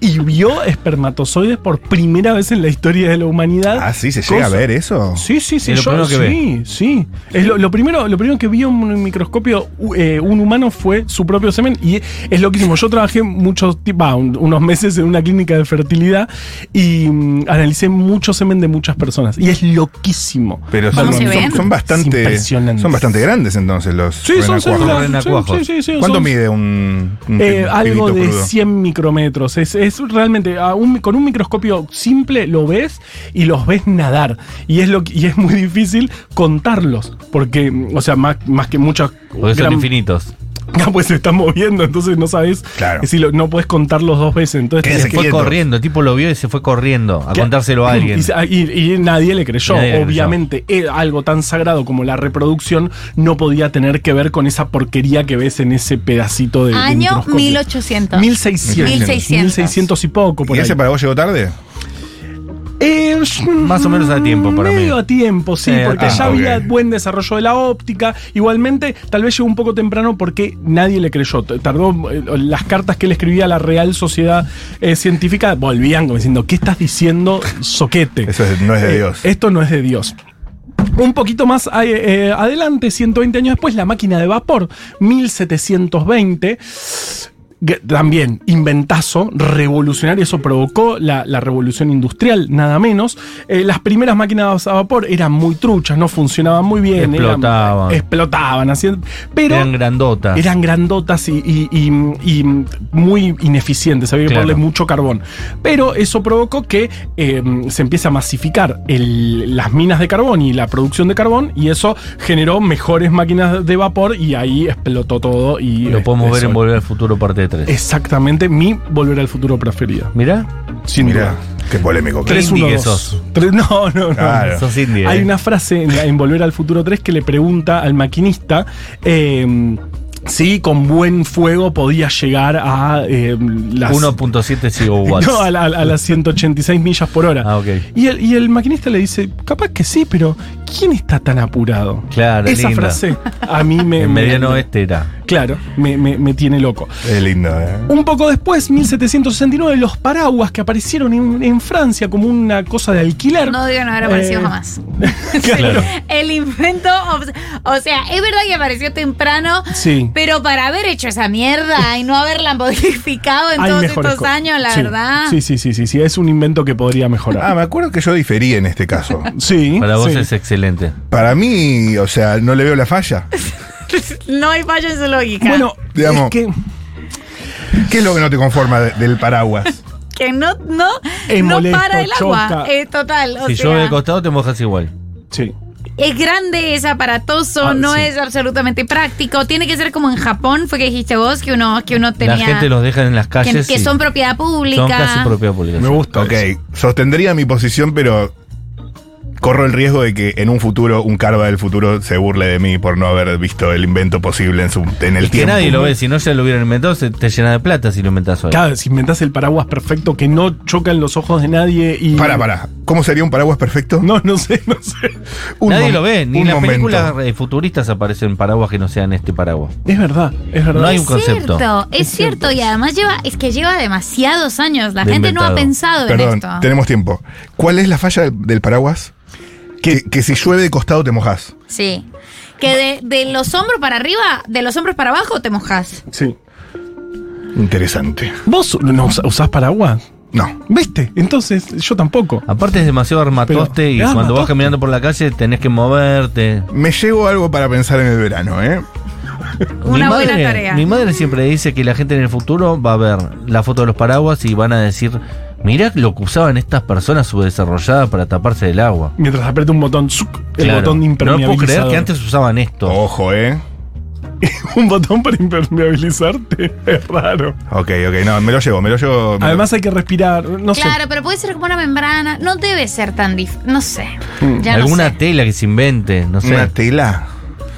Speaker 4: y vio espermatozoides por primera vez en la historia de la humanidad.
Speaker 5: Ah, sí, se llega a
Speaker 4: Cosa-
Speaker 5: ver eso.
Speaker 4: Sí, sí, sí.
Speaker 2: Es lo
Speaker 4: yo-
Speaker 2: primero que
Speaker 4: sí, sí. Es lo, lo primero, lo primero que vio en un microscopio u- eh, un humano fue su propio semen y es loquísimo. Yo trabajé muchos, ti- va, un- unos meses en una clínica de fertilidad y mm, analicé mucho semen de muchas personas y es loquísimo.
Speaker 5: Pero
Speaker 3: ¿Cómo
Speaker 5: son,
Speaker 3: se
Speaker 5: son-
Speaker 3: ven?
Speaker 5: son
Speaker 4: Es
Speaker 5: bastante.
Speaker 4: impresionante.
Speaker 5: Son bastante grandes entonces los.
Speaker 4: Sí, son
Speaker 5: renacuajos.
Speaker 4: células.
Speaker 2: Renacuajos.
Speaker 4: sí, sí, sí,
Speaker 5: ¿Cuánto
Speaker 4: son-
Speaker 5: mide un, un
Speaker 4: Eh,
Speaker 5: pi-
Speaker 4: algo
Speaker 5: pibito
Speaker 4: de
Speaker 5: crudo?
Speaker 4: 100 micrómetros. Es, es realmente, a un- con un microscopio simple lo ves y los ves nadar. Y es, lo, que- y es muy difícil contarlos. Porque, mm, o sea, más, más que muchas...
Speaker 2: Porque son
Speaker 4: gran-
Speaker 2: infinitos.
Speaker 4: Ah, [LAUGHS] pues se están moviendo, entonces no sabes...
Speaker 5: Claro.
Speaker 4: Si lo- no puedes contarlos dos veces. Entonces
Speaker 5: Quédense
Speaker 2: Se fue
Speaker 5: quieto.
Speaker 2: corriendo, el tipo lo vio y se fue corriendo a
Speaker 4: que-
Speaker 2: contárselo a alguien.
Speaker 4: [LAUGHS] Y se- Y, y nadie le creyó.
Speaker 2: Nadie le creyó.
Speaker 4: Obviamente, eh, algo tan sagrado como la reproducción no podía tener que ver con esa porquería que ves en ese pedacito de. de
Speaker 3: Año
Speaker 4: microscopio.
Speaker 3: 1800.
Speaker 4: 1600.
Speaker 3: 1600.
Speaker 4: 1600 y poco por
Speaker 5: ¿Y
Speaker 4: ahí.
Speaker 5: ese para vos llegó tarde?
Speaker 4: Eh, es-
Speaker 2: Más o menos a tiempo para mí.
Speaker 4: Medio a tiempo, sí,
Speaker 2: Eh, a
Speaker 4: porque ya
Speaker 5: tiempo.
Speaker 4: había
Speaker 5: Ok.
Speaker 4: buen desarrollo de la óptica. Igualmente, tal vez llegó un poco temprano porque nadie le creyó. T- Tardó eh, las cartas que él escribía a la Real Sociedad eh, Científica volvían como diciendo, ¿qué estás diciendo,
Speaker 2: [LAUGHS]
Speaker 4: soquete?
Speaker 5: Eso es- no es de
Speaker 4: Eh,
Speaker 5: Dios.
Speaker 4: Esto no es de Dios. Un poquito más a- eh, adelante, 120 años después, la máquina de vapor, 1720. que También, inventazo, revolucionario, eso provocó la, la revolución industrial, nada menos. Eh, las primeras máquinas a vapor eran muy truchas, no funcionaban muy bien. eran-
Speaker 2: Explotaban.
Speaker 4: explotaban, hacían- pero
Speaker 2: Eran grandotas.
Speaker 4: eran grandotas y, y- y- y muy ineficientes, había que
Speaker 2: Claro.
Speaker 4: ponerle mucho carbón. Pero eso provocó que eh, se empiece a masificar el- las minas de carbón y la producción de carbón, y eso generó mejores máquinas de vapor y ahí explotó todo. Y eh,
Speaker 2: Lo podemos ver
Speaker 4: eso-
Speaker 2: en Volver al Futuro parte 3.
Speaker 4: Exactamente, mi volver al futuro preferida.
Speaker 2: Mirá,
Speaker 4: Sin
Speaker 5: Mirá,
Speaker 4: duda.
Speaker 5: qué polémico. que-
Speaker 2: Tres. indie
Speaker 4: 3, 1,
Speaker 2: que
Speaker 4: 2.
Speaker 2: sos.
Speaker 4: Tres- no, no, no.
Speaker 5: Claro.
Speaker 2: sos indie.
Speaker 4: Hay
Speaker 2: eh.
Speaker 4: una frase en, la- en Volver al Futuro 3 que le pregunta al maquinista eh, si con buen fuego podía llegar a eh, las.
Speaker 2: 1.7 gigawatts.
Speaker 4: [LAUGHS] No, a, la- a las 186 millas por hora.
Speaker 2: Ah, ok.
Speaker 4: y, el, y el maquinista le dice, capaz que sí, pero ¿quién está tan apurado?
Speaker 2: Claro,
Speaker 4: Esa
Speaker 2: linda.
Speaker 4: frase a mí
Speaker 2: [LAUGHS]
Speaker 4: me...
Speaker 2: En
Speaker 4: me-
Speaker 2: mediano oeste era.
Speaker 4: Claro, me- me- me tiene loco.
Speaker 5: Es lindo, ¿eh?
Speaker 4: Un poco después, 1769, los paraguas que aparecieron en, en Francia como una cosa de alquiler.
Speaker 3: No digo no haber aparecido
Speaker 4: Eh,
Speaker 3: jamás.
Speaker 4: [LAUGHS] claro.
Speaker 3: El invento, obs- o sea, es verdad que apareció temprano,
Speaker 4: Sí.
Speaker 3: pero para haber hecho esa mierda y no haberla modificado en
Speaker 4: Hay
Speaker 3: todos
Speaker 4: mejores
Speaker 3: estos
Speaker 4: cosas.
Speaker 3: años, la
Speaker 4: Sí,
Speaker 3: verdad.
Speaker 4: Sí, sí, sí, sí, sí, es un invento que podría
Speaker 5: Ah,
Speaker 4: mejorar.
Speaker 5: me acuerdo que yo diferí en este caso.
Speaker 4: Sí.
Speaker 2: Para vos
Speaker 4: sí.
Speaker 2: es excelente.
Speaker 5: Para mí, o sea, no le veo la falla.
Speaker 3: No hay fallo en su lógica.
Speaker 4: Bueno,
Speaker 5: Digamos-
Speaker 4: es que
Speaker 5: ¿Qué es lo que no te conforma de- del paraguas?
Speaker 3: que no, no,
Speaker 4: Es
Speaker 3: no
Speaker 4: molesto,
Speaker 3: para el agua.
Speaker 4: choca.
Speaker 3: Eh, total. O
Speaker 2: Si
Speaker 3: sea,
Speaker 2: llueve de costado, te mojas igual.
Speaker 4: sí.
Speaker 3: Es grande, es aparatoso,
Speaker 4: Ah,
Speaker 3: no
Speaker 4: sí.
Speaker 3: es absolutamente práctico. Tiene que ser como en Japón, fue que dijiste vos, que uno, que uno tenía.
Speaker 2: La gente los deja en las
Speaker 3: que,
Speaker 2: calles.
Speaker 3: que
Speaker 2: y
Speaker 3: son propiedad pública.
Speaker 2: son casi propiedad pública.
Speaker 4: Me gusta.
Speaker 5: Ok,
Speaker 4: eso.
Speaker 5: sostendría mi posición, pero corro el riesgo de que en un futuro, un carva del futuro se burle de mí por no haber visto el invento posible en, su, en
Speaker 2: Y
Speaker 5: el
Speaker 2: que
Speaker 5: tiempo.
Speaker 2: nadie lo ve, si no ya lo hubieran inventado, se- te llena de plata si lo inventás hoy.
Speaker 4: Claro, si inventás el paraguas perfecto que no choca en los ojos de nadie y.
Speaker 5: Para, para. ¿Cómo sería un paraguas perfecto?
Speaker 4: No, no sé, no sé.
Speaker 5: Un
Speaker 2: Nadie
Speaker 5: mom-
Speaker 2: lo ve, ni
Speaker 5: un
Speaker 2: en las
Speaker 5: momento.
Speaker 2: películas eh, futuristas aparecen paraguas que no sean este paraguas.
Speaker 4: Es verdad, es verdad.
Speaker 2: No hay
Speaker 3: Es
Speaker 2: un concepto.
Speaker 3: cierto, es,
Speaker 4: Es cierto.
Speaker 3: cierto. Y además lleva, es que lleva demasiados años. La
Speaker 2: De
Speaker 3: gente no ha
Speaker 2: inventado.
Speaker 3: pensado en
Speaker 5: Perdón,
Speaker 3: esto.
Speaker 5: tenemos tiempo. ¿Cuál es la falla del, del paraguas? Que, que si llueve de costado te mojás.
Speaker 3: Sí. Que de, de los hombros para arriba, de los hombros para abajo te mojas.
Speaker 4: Sí.
Speaker 5: Interesante.
Speaker 4: ¿Vos no us- usás paraguas?
Speaker 5: No.
Speaker 4: ¿Viste? Entonces, yo tampoco.
Speaker 2: Aparte es demasiado armatoste
Speaker 4: Pero,
Speaker 2: y
Speaker 4: es
Speaker 2: cuando vas
Speaker 4: armatoste.
Speaker 2: caminando por la calle tenés que moverte.
Speaker 5: Me llevo algo para pensar en el verano, ¿eh?
Speaker 3: Una buena tarea.
Speaker 2: Mi madre siempre dice que la gente en el futuro va a ver la foto de los paraguas y van a decir, mirá lo que usaban estas personas subdesarrolladas para taparse del agua.
Speaker 4: Mientras aprieta un botón, ¡zuc! el
Speaker 2: Claro.
Speaker 4: botón de
Speaker 2: No puedo
Speaker 4: impermeabilizador. Oh.
Speaker 2: creer que antes usaban esto.
Speaker 5: Ojo, ¿eh?
Speaker 4: [LAUGHS] un botón para impermeabilizarte. [LAUGHS] Es raro.
Speaker 5: Ok, ok. No, me lo llevo, me lo llevo. me lo-
Speaker 4: Además hay que respirar, no
Speaker 3: claro, pero puede ser como una membrana. No debe ser tan difícil. No sé.
Speaker 4: Hmm.
Speaker 3: Ya no
Speaker 2: Alguna
Speaker 3: sé.
Speaker 2: tela que se invente, no sé.
Speaker 5: Una tela.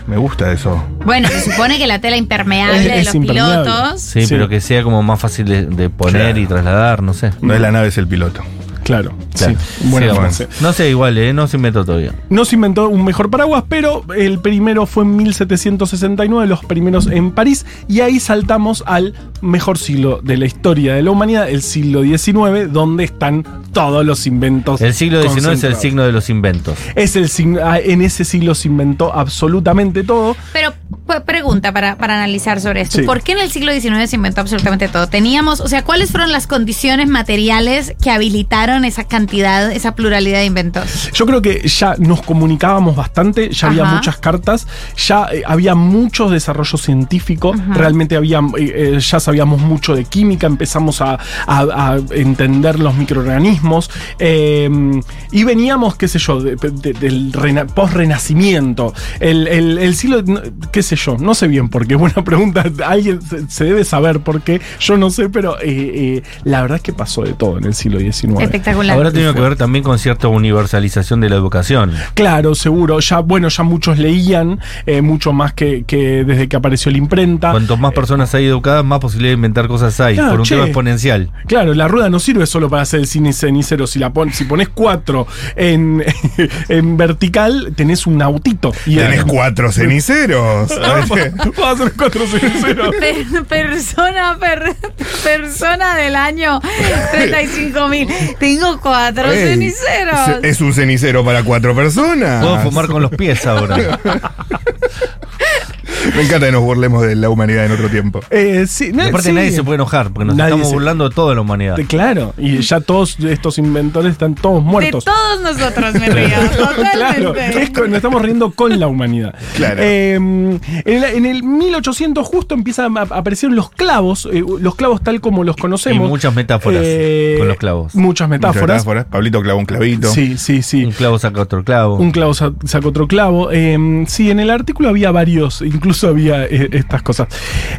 Speaker 5: Me gusta eso.
Speaker 3: Bueno, se supone que la tela impermeable
Speaker 4: Es-
Speaker 3: de
Speaker 4: es
Speaker 3: los
Speaker 4: impermeable.
Speaker 3: pilotos.
Speaker 2: Sí,
Speaker 4: Sí.
Speaker 2: pero que sea como más fácil de, de poner
Speaker 5: Claro.
Speaker 2: y trasladar, no sé.
Speaker 5: No es la nave, es el piloto.
Speaker 4: sé. Claro,
Speaker 2: Claro.
Speaker 4: sí. Buena
Speaker 2: Sí,
Speaker 4: frase.
Speaker 2: vamos. No sé, igual, eh, no se inventó todavía.
Speaker 4: No se inventó un mejor paraguas, pero el primero fue en 1769, los primeros en París, y ahí saltamos al mejor siglo de la historia de la humanidad, el siglo XIX, donde están todos los inventos.
Speaker 2: El siglo XIX es el
Speaker 4: concentrados.
Speaker 2: signo de los inventos.
Speaker 4: Es el signo, ah, en ese siglo se inventó absolutamente todo.
Speaker 3: Pero p- pregunta para, para analizar sobre esto.
Speaker 4: Sí.
Speaker 3: ¿Por qué en el siglo XIX se inventó absolutamente todo? Teníamos, o sea, ¿cuáles fueron las condiciones materiales que habilitaron esa cantidad, esa pluralidad de inventos?
Speaker 4: Yo creo que ya nos comunicábamos bastante, ya había
Speaker 3: Ajá.
Speaker 4: muchas cartas, ya eh, había mucho desarrollo científico,
Speaker 3: Ajá.
Speaker 4: realmente había, eh, eh, ya sabíamos mucho de química, empezamos a, a- a entender los microorganismos eh, y veníamos, qué sé yo, de- de- del rena- post-renacimiento, el, el- el siglo, no, qué sé yo, no sé bien por qué, [LAUGHS] buena pregunta, alguien se- se debe saber por qué, yo no sé, pero eh, eh, la verdad es que pasó de todo en el siglo XIX.
Speaker 3: Espectacular.
Speaker 2: Habrá tenido que ver también con cierta universalización de la educación.
Speaker 4: Claro, seguro. Ya, bueno, ya muchos leían, eh, mucho más que, que desde que apareció la imprenta.
Speaker 2: Cuanto más personas hay educadas, más posibilidad de inventar cosas hay,
Speaker 4: Claro,
Speaker 2: por un
Speaker 4: Ah, che.
Speaker 2: tema exponencial.
Speaker 4: Claro, la rueda no sirve solo para hacer el cine cenicero. Si la pon- si pones cuatro en, [LAUGHS] en vertical, tenés un autito. Y
Speaker 5: Tenés
Speaker 4: [LAUGHS]
Speaker 5: cuatro ceniceros.
Speaker 4: Vas a hacer
Speaker 2: [LAUGHS]
Speaker 4: cuatro ceniceros.
Speaker 3: Per- persona, per- persona del
Speaker 4: [LAUGHS]
Speaker 3: año 35 mil. Tengo cuatro
Speaker 5: Ey,
Speaker 3: ceniceros.
Speaker 5: Es un cenicero para cuatro personas.
Speaker 4: Ah,
Speaker 2: Puedo fumar con los pies
Speaker 4: [LAUGHS]
Speaker 2: ahora.
Speaker 5: Me encanta que nos burlemos de la humanidad en otro tiempo.
Speaker 4: Eh, sí,
Speaker 2: Y
Speaker 4: na-
Speaker 2: aparte
Speaker 4: sí.
Speaker 2: nadie se puede enojar, porque nos
Speaker 4: Nadie
Speaker 2: estamos
Speaker 4: se-
Speaker 2: burlando de toda la humanidad.
Speaker 4: Te- Claro, y ya todos estos inventores están todos
Speaker 3: de
Speaker 4: muertos.
Speaker 3: todos nosotros me río.
Speaker 4: [LAUGHS] Claro,
Speaker 3: Totalmente.
Speaker 4: es con- nos estamos riendo con la humanidad.
Speaker 5: Claro.
Speaker 4: Eh, en, el, en el 1800 justo empiezan a aparecer los clavos, eh, los clavos tal como los
Speaker 2: Y
Speaker 4: conocemos.
Speaker 2: muchas metáforas
Speaker 4: Eh,
Speaker 2: con los clavos.
Speaker 4: Muchas metáforas.
Speaker 5: Muchas metáforas. Pablito clavó un clavito.
Speaker 4: Sí, sí, sí.
Speaker 2: Un clavo saca otro clavo.
Speaker 4: Un clavo sa- saca otro clavo. Eh, sí, en el artículo había varios, incluso había eh, estas cosas.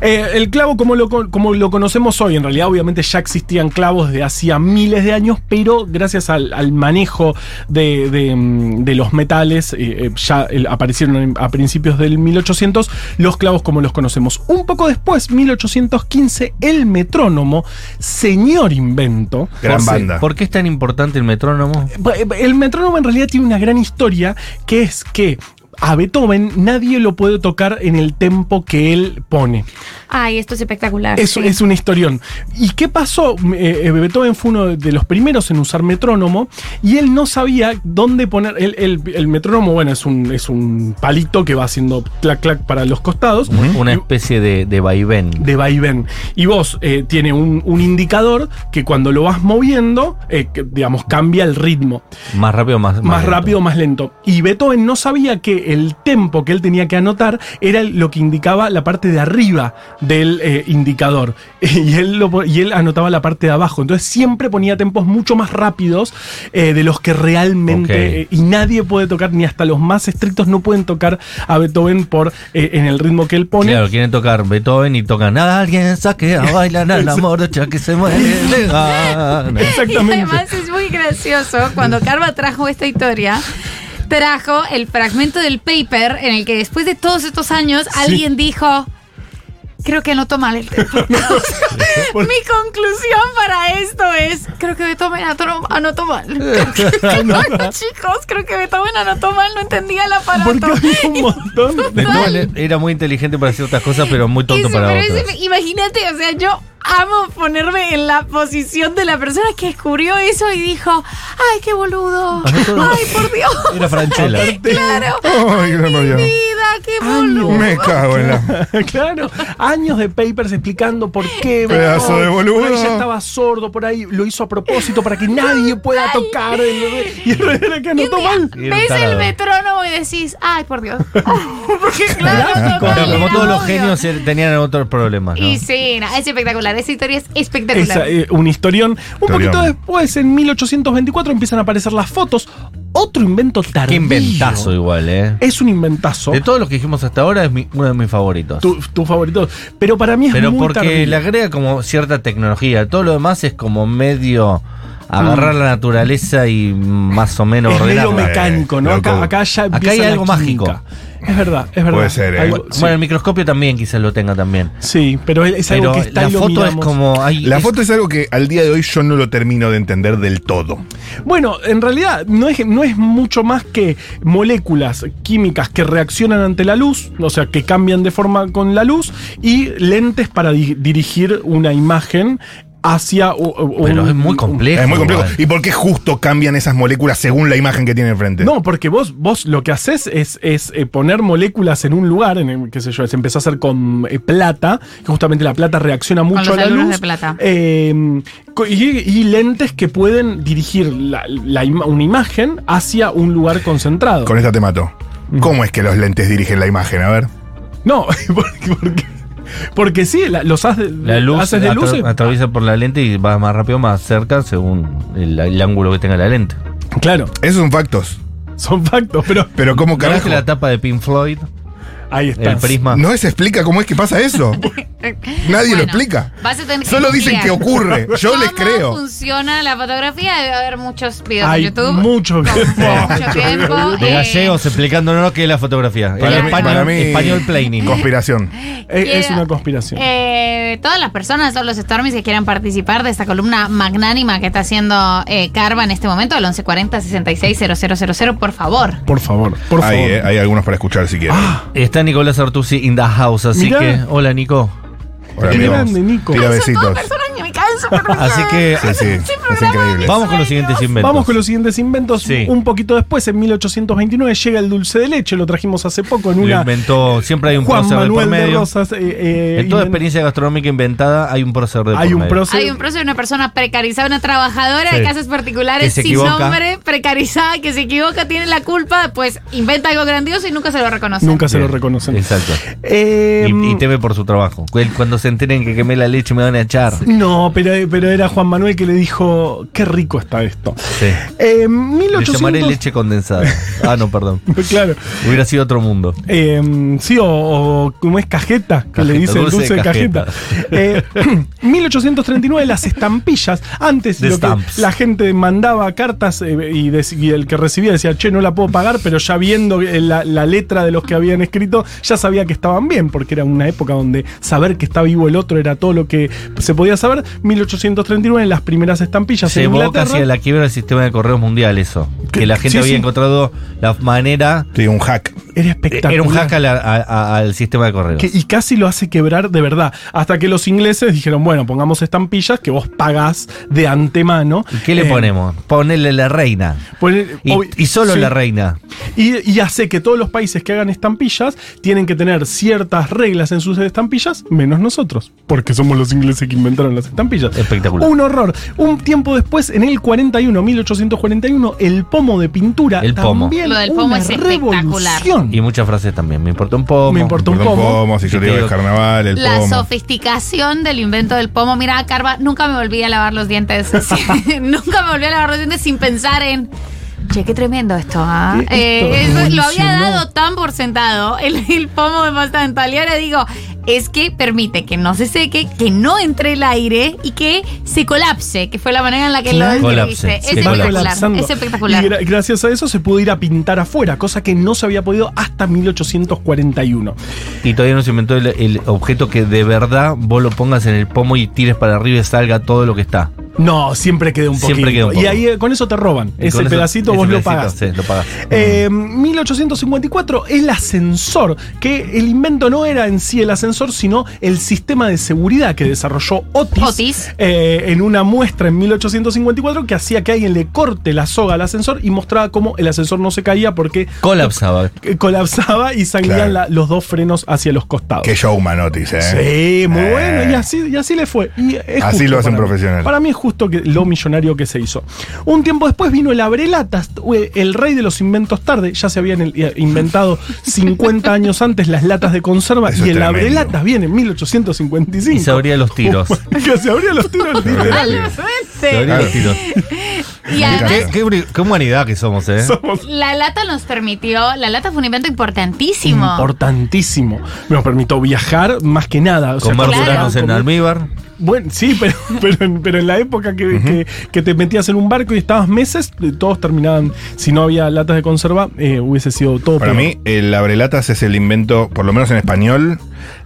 Speaker 4: Eh, el clavo, como lo, con- como lo conocemos hoy, en realidad, obviamente ya existían clavos de hacía miles de años, pero gracias al, al manejo de, de, mm, de los metales, eh, eh, ya eh, aparecieron en- a principios del 1800 los clavos como los conocemos. Un poco después, 1815, el metrónomo, señor invento,
Speaker 5: Gran
Speaker 2: ¿Por-
Speaker 5: banda.
Speaker 2: ¿Por qué es tan importante el metrónomo?
Speaker 4: Pues, el metrónomo en realidad tiene una gran historia que es que a Beethoven nadie lo puede tocar en el tempo que él pone.
Speaker 3: Ay, esto es espectacular.
Speaker 4: Eso
Speaker 3: sí.
Speaker 4: es un historión. ¿Y qué pasó? Eh, eh, Beethoven fue uno de los primeros en usar metrónomo y él no sabía dónde poner. El, el- el metrónomo, bueno, es un, es un palito que va haciendo clac clac para los costados.
Speaker 2: Una
Speaker 4: Y-
Speaker 2: especie de, de vaivén.
Speaker 4: ¿Mm? de vaivén. Y vos eh, tiene un, un indicador que cuando lo vas moviendo, eh, que, digamos, cambia el ritmo.
Speaker 2: Más rápido, más
Speaker 4: Más
Speaker 2: lento.
Speaker 4: rápido, más lento. Y Beethoven no sabía que el tempo que él tenía que anotar era lo que indicaba la parte de arriba del eh, indicador. [LAUGHS] Y él, lo po- y él anotaba la parte de abajo. Entonces siempre ponía tempos mucho más rápidos eh, de los que realmente...
Speaker 2: Ok.
Speaker 4: eh, y nadie puede tocar, ni hasta los más estrictos no pueden tocar a Beethoven por, eh, en el ritmo que él pone.
Speaker 2: Claro, quieren tocar Beethoven y tocan alguien saque a bailar
Speaker 3: [LAUGHS]
Speaker 2: al amor de Cha que se muere de gana".
Speaker 4: [LAUGHS] Exactamente.
Speaker 3: Y además es muy gracioso cuando Carva trajo esta historia. Trajo el fragmento del paper en el que después de todos estos años alguien dijo, creo que anotó mal el
Speaker 4: [LAUGHS]
Speaker 3: paper. O sea, [LAUGHS] Mi conclusión para esto es, creo que Beethoven anotó, anotó
Speaker 4: [LAUGHS]
Speaker 3: mal. Bueno, chicos, creo que Beethoven anotó mal, no entendía el
Speaker 4: Porque
Speaker 3: aparato.
Speaker 4: había un
Speaker 3: [LAUGHS]
Speaker 4: montón de...
Speaker 2: Beethoven era muy inteligente para ciertas cosas, pero muy tonto
Speaker 3: Eso,
Speaker 2: para
Speaker 3: pero es-
Speaker 2: otras.
Speaker 3: imagínate, o sea, yo amo ponerme en la posición de la persona que descubrió eso y dijo, ay, qué boludo.
Speaker 2: Anotó-
Speaker 3: Ay, por
Speaker 2: [LAUGHS]
Speaker 3: Dios.
Speaker 2: Era Franchella.
Speaker 3: [LAUGHS] Claro.
Speaker 5: Ay, gran
Speaker 3: Mi
Speaker 5: novia.
Speaker 3: vida, qué boludo.
Speaker 5: Me cago en la.
Speaker 4: [LAUGHS] claro, años de papers explicando por qué.
Speaker 5: Pedazo
Speaker 4: Beethoven,
Speaker 5: de boludo.
Speaker 4: por ahí ya estaba sordo, por ahí lo hizo a propósito para que nadie pueda tocar. el- Y en realidad era que
Speaker 3: Y un
Speaker 4: anotó
Speaker 3: día
Speaker 4: mal.
Speaker 2: Y era un
Speaker 3: Ves
Speaker 2: tarado.
Speaker 3: el metrónomo y decís, ay,
Speaker 2: [LAUGHS]
Speaker 3: por Dios. Porque claro,
Speaker 2: Bueno,
Speaker 3: total,
Speaker 2: como
Speaker 3: era
Speaker 2: todos los
Speaker 3: obvio.
Speaker 2: genios eh, tenían otros problemas. ¿no?
Speaker 3: Y sí, no, es espectacular. Esa historia es
Speaker 4: Esa,
Speaker 3: espectacular.
Speaker 4: eh, un historión. Un
Speaker 5: Historión.
Speaker 4: poquito después, en 1824, empiezan a aparecer las fotos. Otro invento tardío.
Speaker 2: Qué inventazo igual, ¿eh?
Speaker 4: Es un inventazo.
Speaker 2: De todos los que dijimos hasta ahora, es mi- uno de mis favoritos.
Speaker 4: Tu, tu favorito. Pero para mí es
Speaker 2: Pero
Speaker 4: muy
Speaker 2: porque
Speaker 4: tardío.
Speaker 2: le agrega como cierta tecnología. Todo lo demás es como medio agarrar la naturaleza y más o menos
Speaker 4: es medio
Speaker 2: ordenarla.
Speaker 4: mecánico, ¿no?
Speaker 5: Eh, Loco.
Speaker 4: Acá, acá ya
Speaker 2: Acá
Speaker 4: empieza
Speaker 2: hay
Speaker 4: la
Speaker 2: algo mágico.
Speaker 4: química. Es verdad, es verdad.
Speaker 5: Puede ser, ¿eh?
Speaker 4: Algo-
Speaker 2: Bueno,
Speaker 4: sí,
Speaker 2: el microscopio también quizás lo tenga también.
Speaker 4: sí, pero es es algo
Speaker 2: Pero
Speaker 4: que está
Speaker 2: la
Speaker 4: y lo
Speaker 2: foto es
Speaker 4: miramos.
Speaker 2: como... hay-
Speaker 5: La
Speaker 2: es-
Speaker 5: foto es algo que al día de hoy yo no lo termino de entender del todo.
Speaker 4: Bueno, en realidad no es, no es mucho más que moléculas químicas que reaccionan ante la luz, o sea, que cambian de forma con la luz, y lentes para di- dirigir una imagen hacia... o- o-
Speaker 2: Pero
Speaker 4: un-
Speaker 2: es muy
Speaker 4: un-
Speaker 2: complejo.
Speaker 5: Es muy complejo.
Speaker 2: igual.
Speaker 5: ¿Y por qué justo cambian esas moléculas según la imagen que tiene enfrente?
Speaker 4: No, porque vos, vos lo que haces es, es, eh, poner moléculas en un lugar, en el, qué sé yo, se empezó a hacer con eh, plata, que justamente la plata reacciona mucho
Speaker 3: los
Speaker 4: a la
Speaker 3: aluros
Speaker 4: luz.
Speaker 3: de plata.
Speaker 4: eh, co- y, y lentes que pueden dirigir la- la ima- una imagen hacia un lugar concentrado.
Speaker 5: Con esta te mato.
Speaker 2: Mm.
Speaker 5: ¿Cómo es que los lentes dirigen la imagen? A ver.
Speaker 4: No, [LAUGHS] porque, porque, porque sí, la- los haces de,
Speaker 2: La luz
Speaker 4: haces de
Speaker 2: atra-
Speaker 4: luces.
Speaker 2: atraviesa por la lente y va más rápido, más cerca, según el, el ángulo que tenga la lente.
Speaker 4: Claro,
Speaker 5: Esos son factos.
Speaker 4: son factos, pero
Speaker 5: Pero ¿cómo
Speaker 2: ¿No es
Speaker 5: Oh, carajo?
Speaker 2: que la tapa de Pink Floyd?
Speaker 4: ahí está.
Speaker 2: El prisma.
Speaker 5: No se explica cómo es que
Speaker 3: [LAUGHS]
Speaker 5: pasa eso. Nadie lo
Speaker 3: Bueno,
Speaker 5: explica.
Speaker 3: vas a tener que
Speaker 5: Solo dicen
Speaker 3: googlear.
Speaker 5: que ocurre. Yo les creo.
Speaker 3: ¿Cómo funciona la fotografía? Debe haber muchos videos
Speaker 4: Hay
Speaker 3: en YouTube. [LAUGHS]
Speaker 4: mucho
Speaker 3: Con mucho tiempo.
Speaker 2: De
Speaker 3: eh,
Speaker 2: gallegos explicándonos qué es la fotografía.
Speaker 5: Para
Speaker 2: el
Speaker 5: mí-
Speaker 2: español,
Speaker 5: para mí-
Speaker 2: español planning.
Speaker 5: Conspiración.
Speaker 4: [LAUGHS] Es, es
Speaker 3: Quiero-
Speaker 4: una conspiración.
Speaker 3: Eh, todas las personas, todos los Stormies que quieran participar de esta columna magnánima que está haciendo eh, Carva en este momento, al 1140-660000, por favor.
Speaker 4: por favor, por
Speaker 5: Hay,
Speaker 4: favor.
Speaker 5: eh, hay algunos para escuchar si quieren.
Speaker 2: Está Nicolás Artusi in the house, así
Speaker 4: Mirá.
Speaker 2: que. Hola, Nico.
Speaker 5: Hola,
Speaker 4: Qué
Speaker 5: amigos.
Speaker 4: grande, Nico.
Speaker 5: Tira
Speaker 3: Son todas
Speaker 5: besitos.
Speaker 3: personas que me caen súper
Speaker 2: [LAUGHS]
Speaker 3: bien.
Speaker 2: Así que.
Speaker 5: Sí, sí. Es increíble.
Speaker 2: Vamos con los siguientes inventos.
Speaker 4: Vamos con los siguientes inventos.
Speaker 2: Sí.
Speaker 4: Un poquito después, en 1829, llega el dulce de leche. Lo trajimos hace poco en
Speaker 2: Lo
Speaker 4: una.
Speaker 2: inventó. Siempre hay un
Speaker 4: Juan
Speaker 2: prócer de por
Speaker 4: Manuel de,
Speaker 2: medio.
Speaker 4: Rosas. eh, eh,
Speaker 2: en toda
Speaker 4: inventó-
Speaker 2: experiencia gastronómica inventada hay un prócer de por
Speaker 4: Hay un
Speaker 2: medio.
Speaker 4: prócer.
Speaker 3: Hay un proceso de una persona precarizada, una trabajadora
Speaker 2: Sí.
Speaker 3: de casas
Speaker 2: Que
Speaker 3: particulares
Speaker 2: se
Speaker 3: sin
Speaker 2: equivoca.
Speaker 3: nombre, precarizada, que se equivoca, tiene la culpa, pues inventa algo grandioso y nunca se lo reconoce.
Speaker 4: Nunca se lo
Speaker 2: Bien,
Speaker 4: reconocen.
Speaker 2: Exacto.
Speaker 4: Eh,
Speaker 2: Y, y teme por su trabajo. Él, Cuando se enteren que quemé la leche me van a echar.
Speaker 4: No, pero, pero era Juan Manuel que le dijo, qué rico está esto.
Speaker 2: Sí.
Speaker 4: Eh,
Speaker 2: Le llamaré
Speaker 4: 1800...
Speaker 2: leche condensada. Ah, no, perdón.
Speaker 4: [LAUGHS] Claro.
Speaker 2: Hubiera sido otro mundo.
Speaker 4: Eh, sí, o, o como es cajeta, que le
Speaker 2: Cajeta,
Speaker 4: dice
Speaker 2: dulce
Speaker 4: dulce,
Speaker 2: de
Speaker 4: de cajeta. Eh, [CLEARS THROAT] 1839, las estampillas. Antes
Speaker 2: The
Speaker 4: lo que
Speaker 2: stamps.
Speaker 4: la gente mandaba cartas eh, y, dec- y el que recibía decía, che, no la puedo pagar, pero ya viendo eh, la, la letra de los que habían escrito, ya sabía que estaban bien, porque era una época donde saber que está vivo el otro era todo lo que se podía saber. 1839, las primeras estampillas en
Speaker 2: Llevó
Speaker 4: Inglaterra.
Speaker 2: casi a la quiebra del sistema de correos mundial eso. Que la gente
Speaker 4: Sí,
Speaker 2: había
Speaker 4: sí.
Speaker 2: encontrado la manera... eh,
Speaker 5: Sí, un hack.
Speaker 4: Era espectacular.
Speaker 2: Era un hack a la- a- a- al sistema de correos.
Speaker 4: Que- y casi lo hace quebrar de verdad. Hasta que los ingleses dijeron, bueno, pongamos estampillas que vos pagás de antemano.
Speaker 2: ¿Y ¿Qué le
Speaker 4: Eh,
Speaker 2: ponemos? Ponele la reina.
Speaker 4: poner-
Speaker 2: Y,
Speaker 4: obvi-
Speaker 2: y solo
Speaker 4: sí.
Speaker 2: la reina.
Speaker 4: Y, y hace que todos los países que hagan estampillas tienen que tener ciertas reglas en sus estampillas, menos nosotros, porque somos los ingleses que inventaron las estampillas.
Speaker 2: Espectacular.
Speaker 4: Un horror. Un tiempo después, en el 41, 1841, el pomo de pintura.
Speaker 2: El pomo.
Speaker 4: también
Speaker 3: Lo del pomo
Speaker 4: una
Speaker 3: es espectacular.
Speaker 4: revolución.
Speaker 2: Y muchas frases también. Me importa un poco.
Speaker 4: Me importa un
Speaker 5: Perdón,
Speaker 4: pomo.
Speaker 5: pomo, si yo
Speaker 2: Que
Speaker 5: digo
Speaker 2: te-
Speaker 5: el carnaval, el
Speaker 3: La
Speaker 5: pomo.
Speaker 3: sofisticación del invento del pomo. Mira, Carva, nunca me volví a lavar los dientes. Sí, [LAUGHS] nunca me volví a lavar los dientes sin pensar en. Che, qué tremendo esto, ¿ah?
Speaker 4: Esto
Speaker 3: Eh, eso lo había
Speaker 4: evolucionó.
Speaker 3: dado tan por sentado el, el pomo de pasta dental. Y ahora digo, es que permite que no se seque, que no entre el aire y que se colapse, que fue la manera en la que lo
Speaker 4: Claro.
Speaker 3: describiste.
Speaker 2: Colapse, se
Speaker 3: Es
Speaker 2: colapsa.
Speaker 3: espectacular.
Speaker 4: colapsando.
Speaker 3: Es espectacular.
Speaker 4: Y gra- gracias a eso se pudo ir a pintar afuera, cosa que no se había podido hasta 1841.
Speaker 2: Y todavía no se inventó el, el objeto que de verdad vos lo pongas en el pomo y tires para arriba y salga todo lo que está.
Speaker 4: No, siempre queda un poquito.
Speaker 2: Siempre queda un poco.
Speaker 4: Y ahí eh, con eso te roban.
Speaker 2: Y
Speaker 4: ese
Speaker 2: con eso-
Speaker 4: pedacito
Speaker 2: ese
Speaker 4: vos
Speaker 2: pedacito,
Speaker 4: lo pagás.
Speaker 2: sí, lo pagás.
Speaker 4: Eh, 1854, el ascensor, que el invento no era en sí el ascensor, sino el sistema de seguridad que desarrolló Otis,
Speaker 3: Otis.
Speaker 4: eh, en una muestra en 1854 que hacía que alguien le corte la soga al ascensor y mostraba cómo el ascensor no se caía porque
Speaker 2: Colapsaba.
Speaker 4: eh, colapsaba y sangrían
Speaker 5: Claro.
Speaker 4: la- los dos frenos hacia los costados.
Speaker 5: Qué showman, Otis, ¿eh?
Speaker 4: Sí, muy
Speaker 5: Eh.
Speaker 4: bueno. Y así, y así le fue. Y es
Speaker 5: Así
Speaker 4: justo
Speaker 5: lo hace
Speaker 4: para
Speaker 5: un
Speaker 4: mí.
Speaker 5: profesional.
Speaker 4: Para mí es justo que lo millonario que se hizo. Un tiempo después vino el abrelatas, el rey de los inventos tarde. Ya se habían el-
Speaker 5: [LAUGHS]
Speaker 4: inventado 50 años antes las latas de conserva.
Speaker 5: Eso
Speaker 4: y
Speaker 5: es
Speaker 4: el
Speaker 5: tremendo.
Speaker 4: abrelatas viene en 1855.
Speaker 2: Y se abría los tiros.
Speaker 4: [LAUGHS] que se abría los tiros.
Speaker 5: Sí.
Speaker 4: literal.
Speaker 3: Algo ese.
Speaker 2: Se abría los tiros.
Speaker 3: Y
Speaker 2: ¿Qué,
Speaker 3: además,
Speaker 2: qué bri- qué humanidad que somos, ¿eh?
Speaker 4: Somos
Speaker 3: la lata nos permitió, la lata fue un invento importantísimo.
Speaker 4: importantísimo. Nos permitió viajar más que nada. o sea,
Speaker 2: Comer
Speaker 3: claro.
Speaker 2: duranos en
Speaker 4: comer-
Speaker 2: almíbar.
Speaker 4: Bueno, sí, [LAUGHS] pero, pero, en, pero en la época que, que- que te metías en un barco y estabas meses, eh, todos terminaban, si no había latas de conserva, eh, hubiese sido todo
Speaker 5: Para
Speaker 4: peor.
Speaker 5: mí, el abrelatas es el invento, por lo menos en español,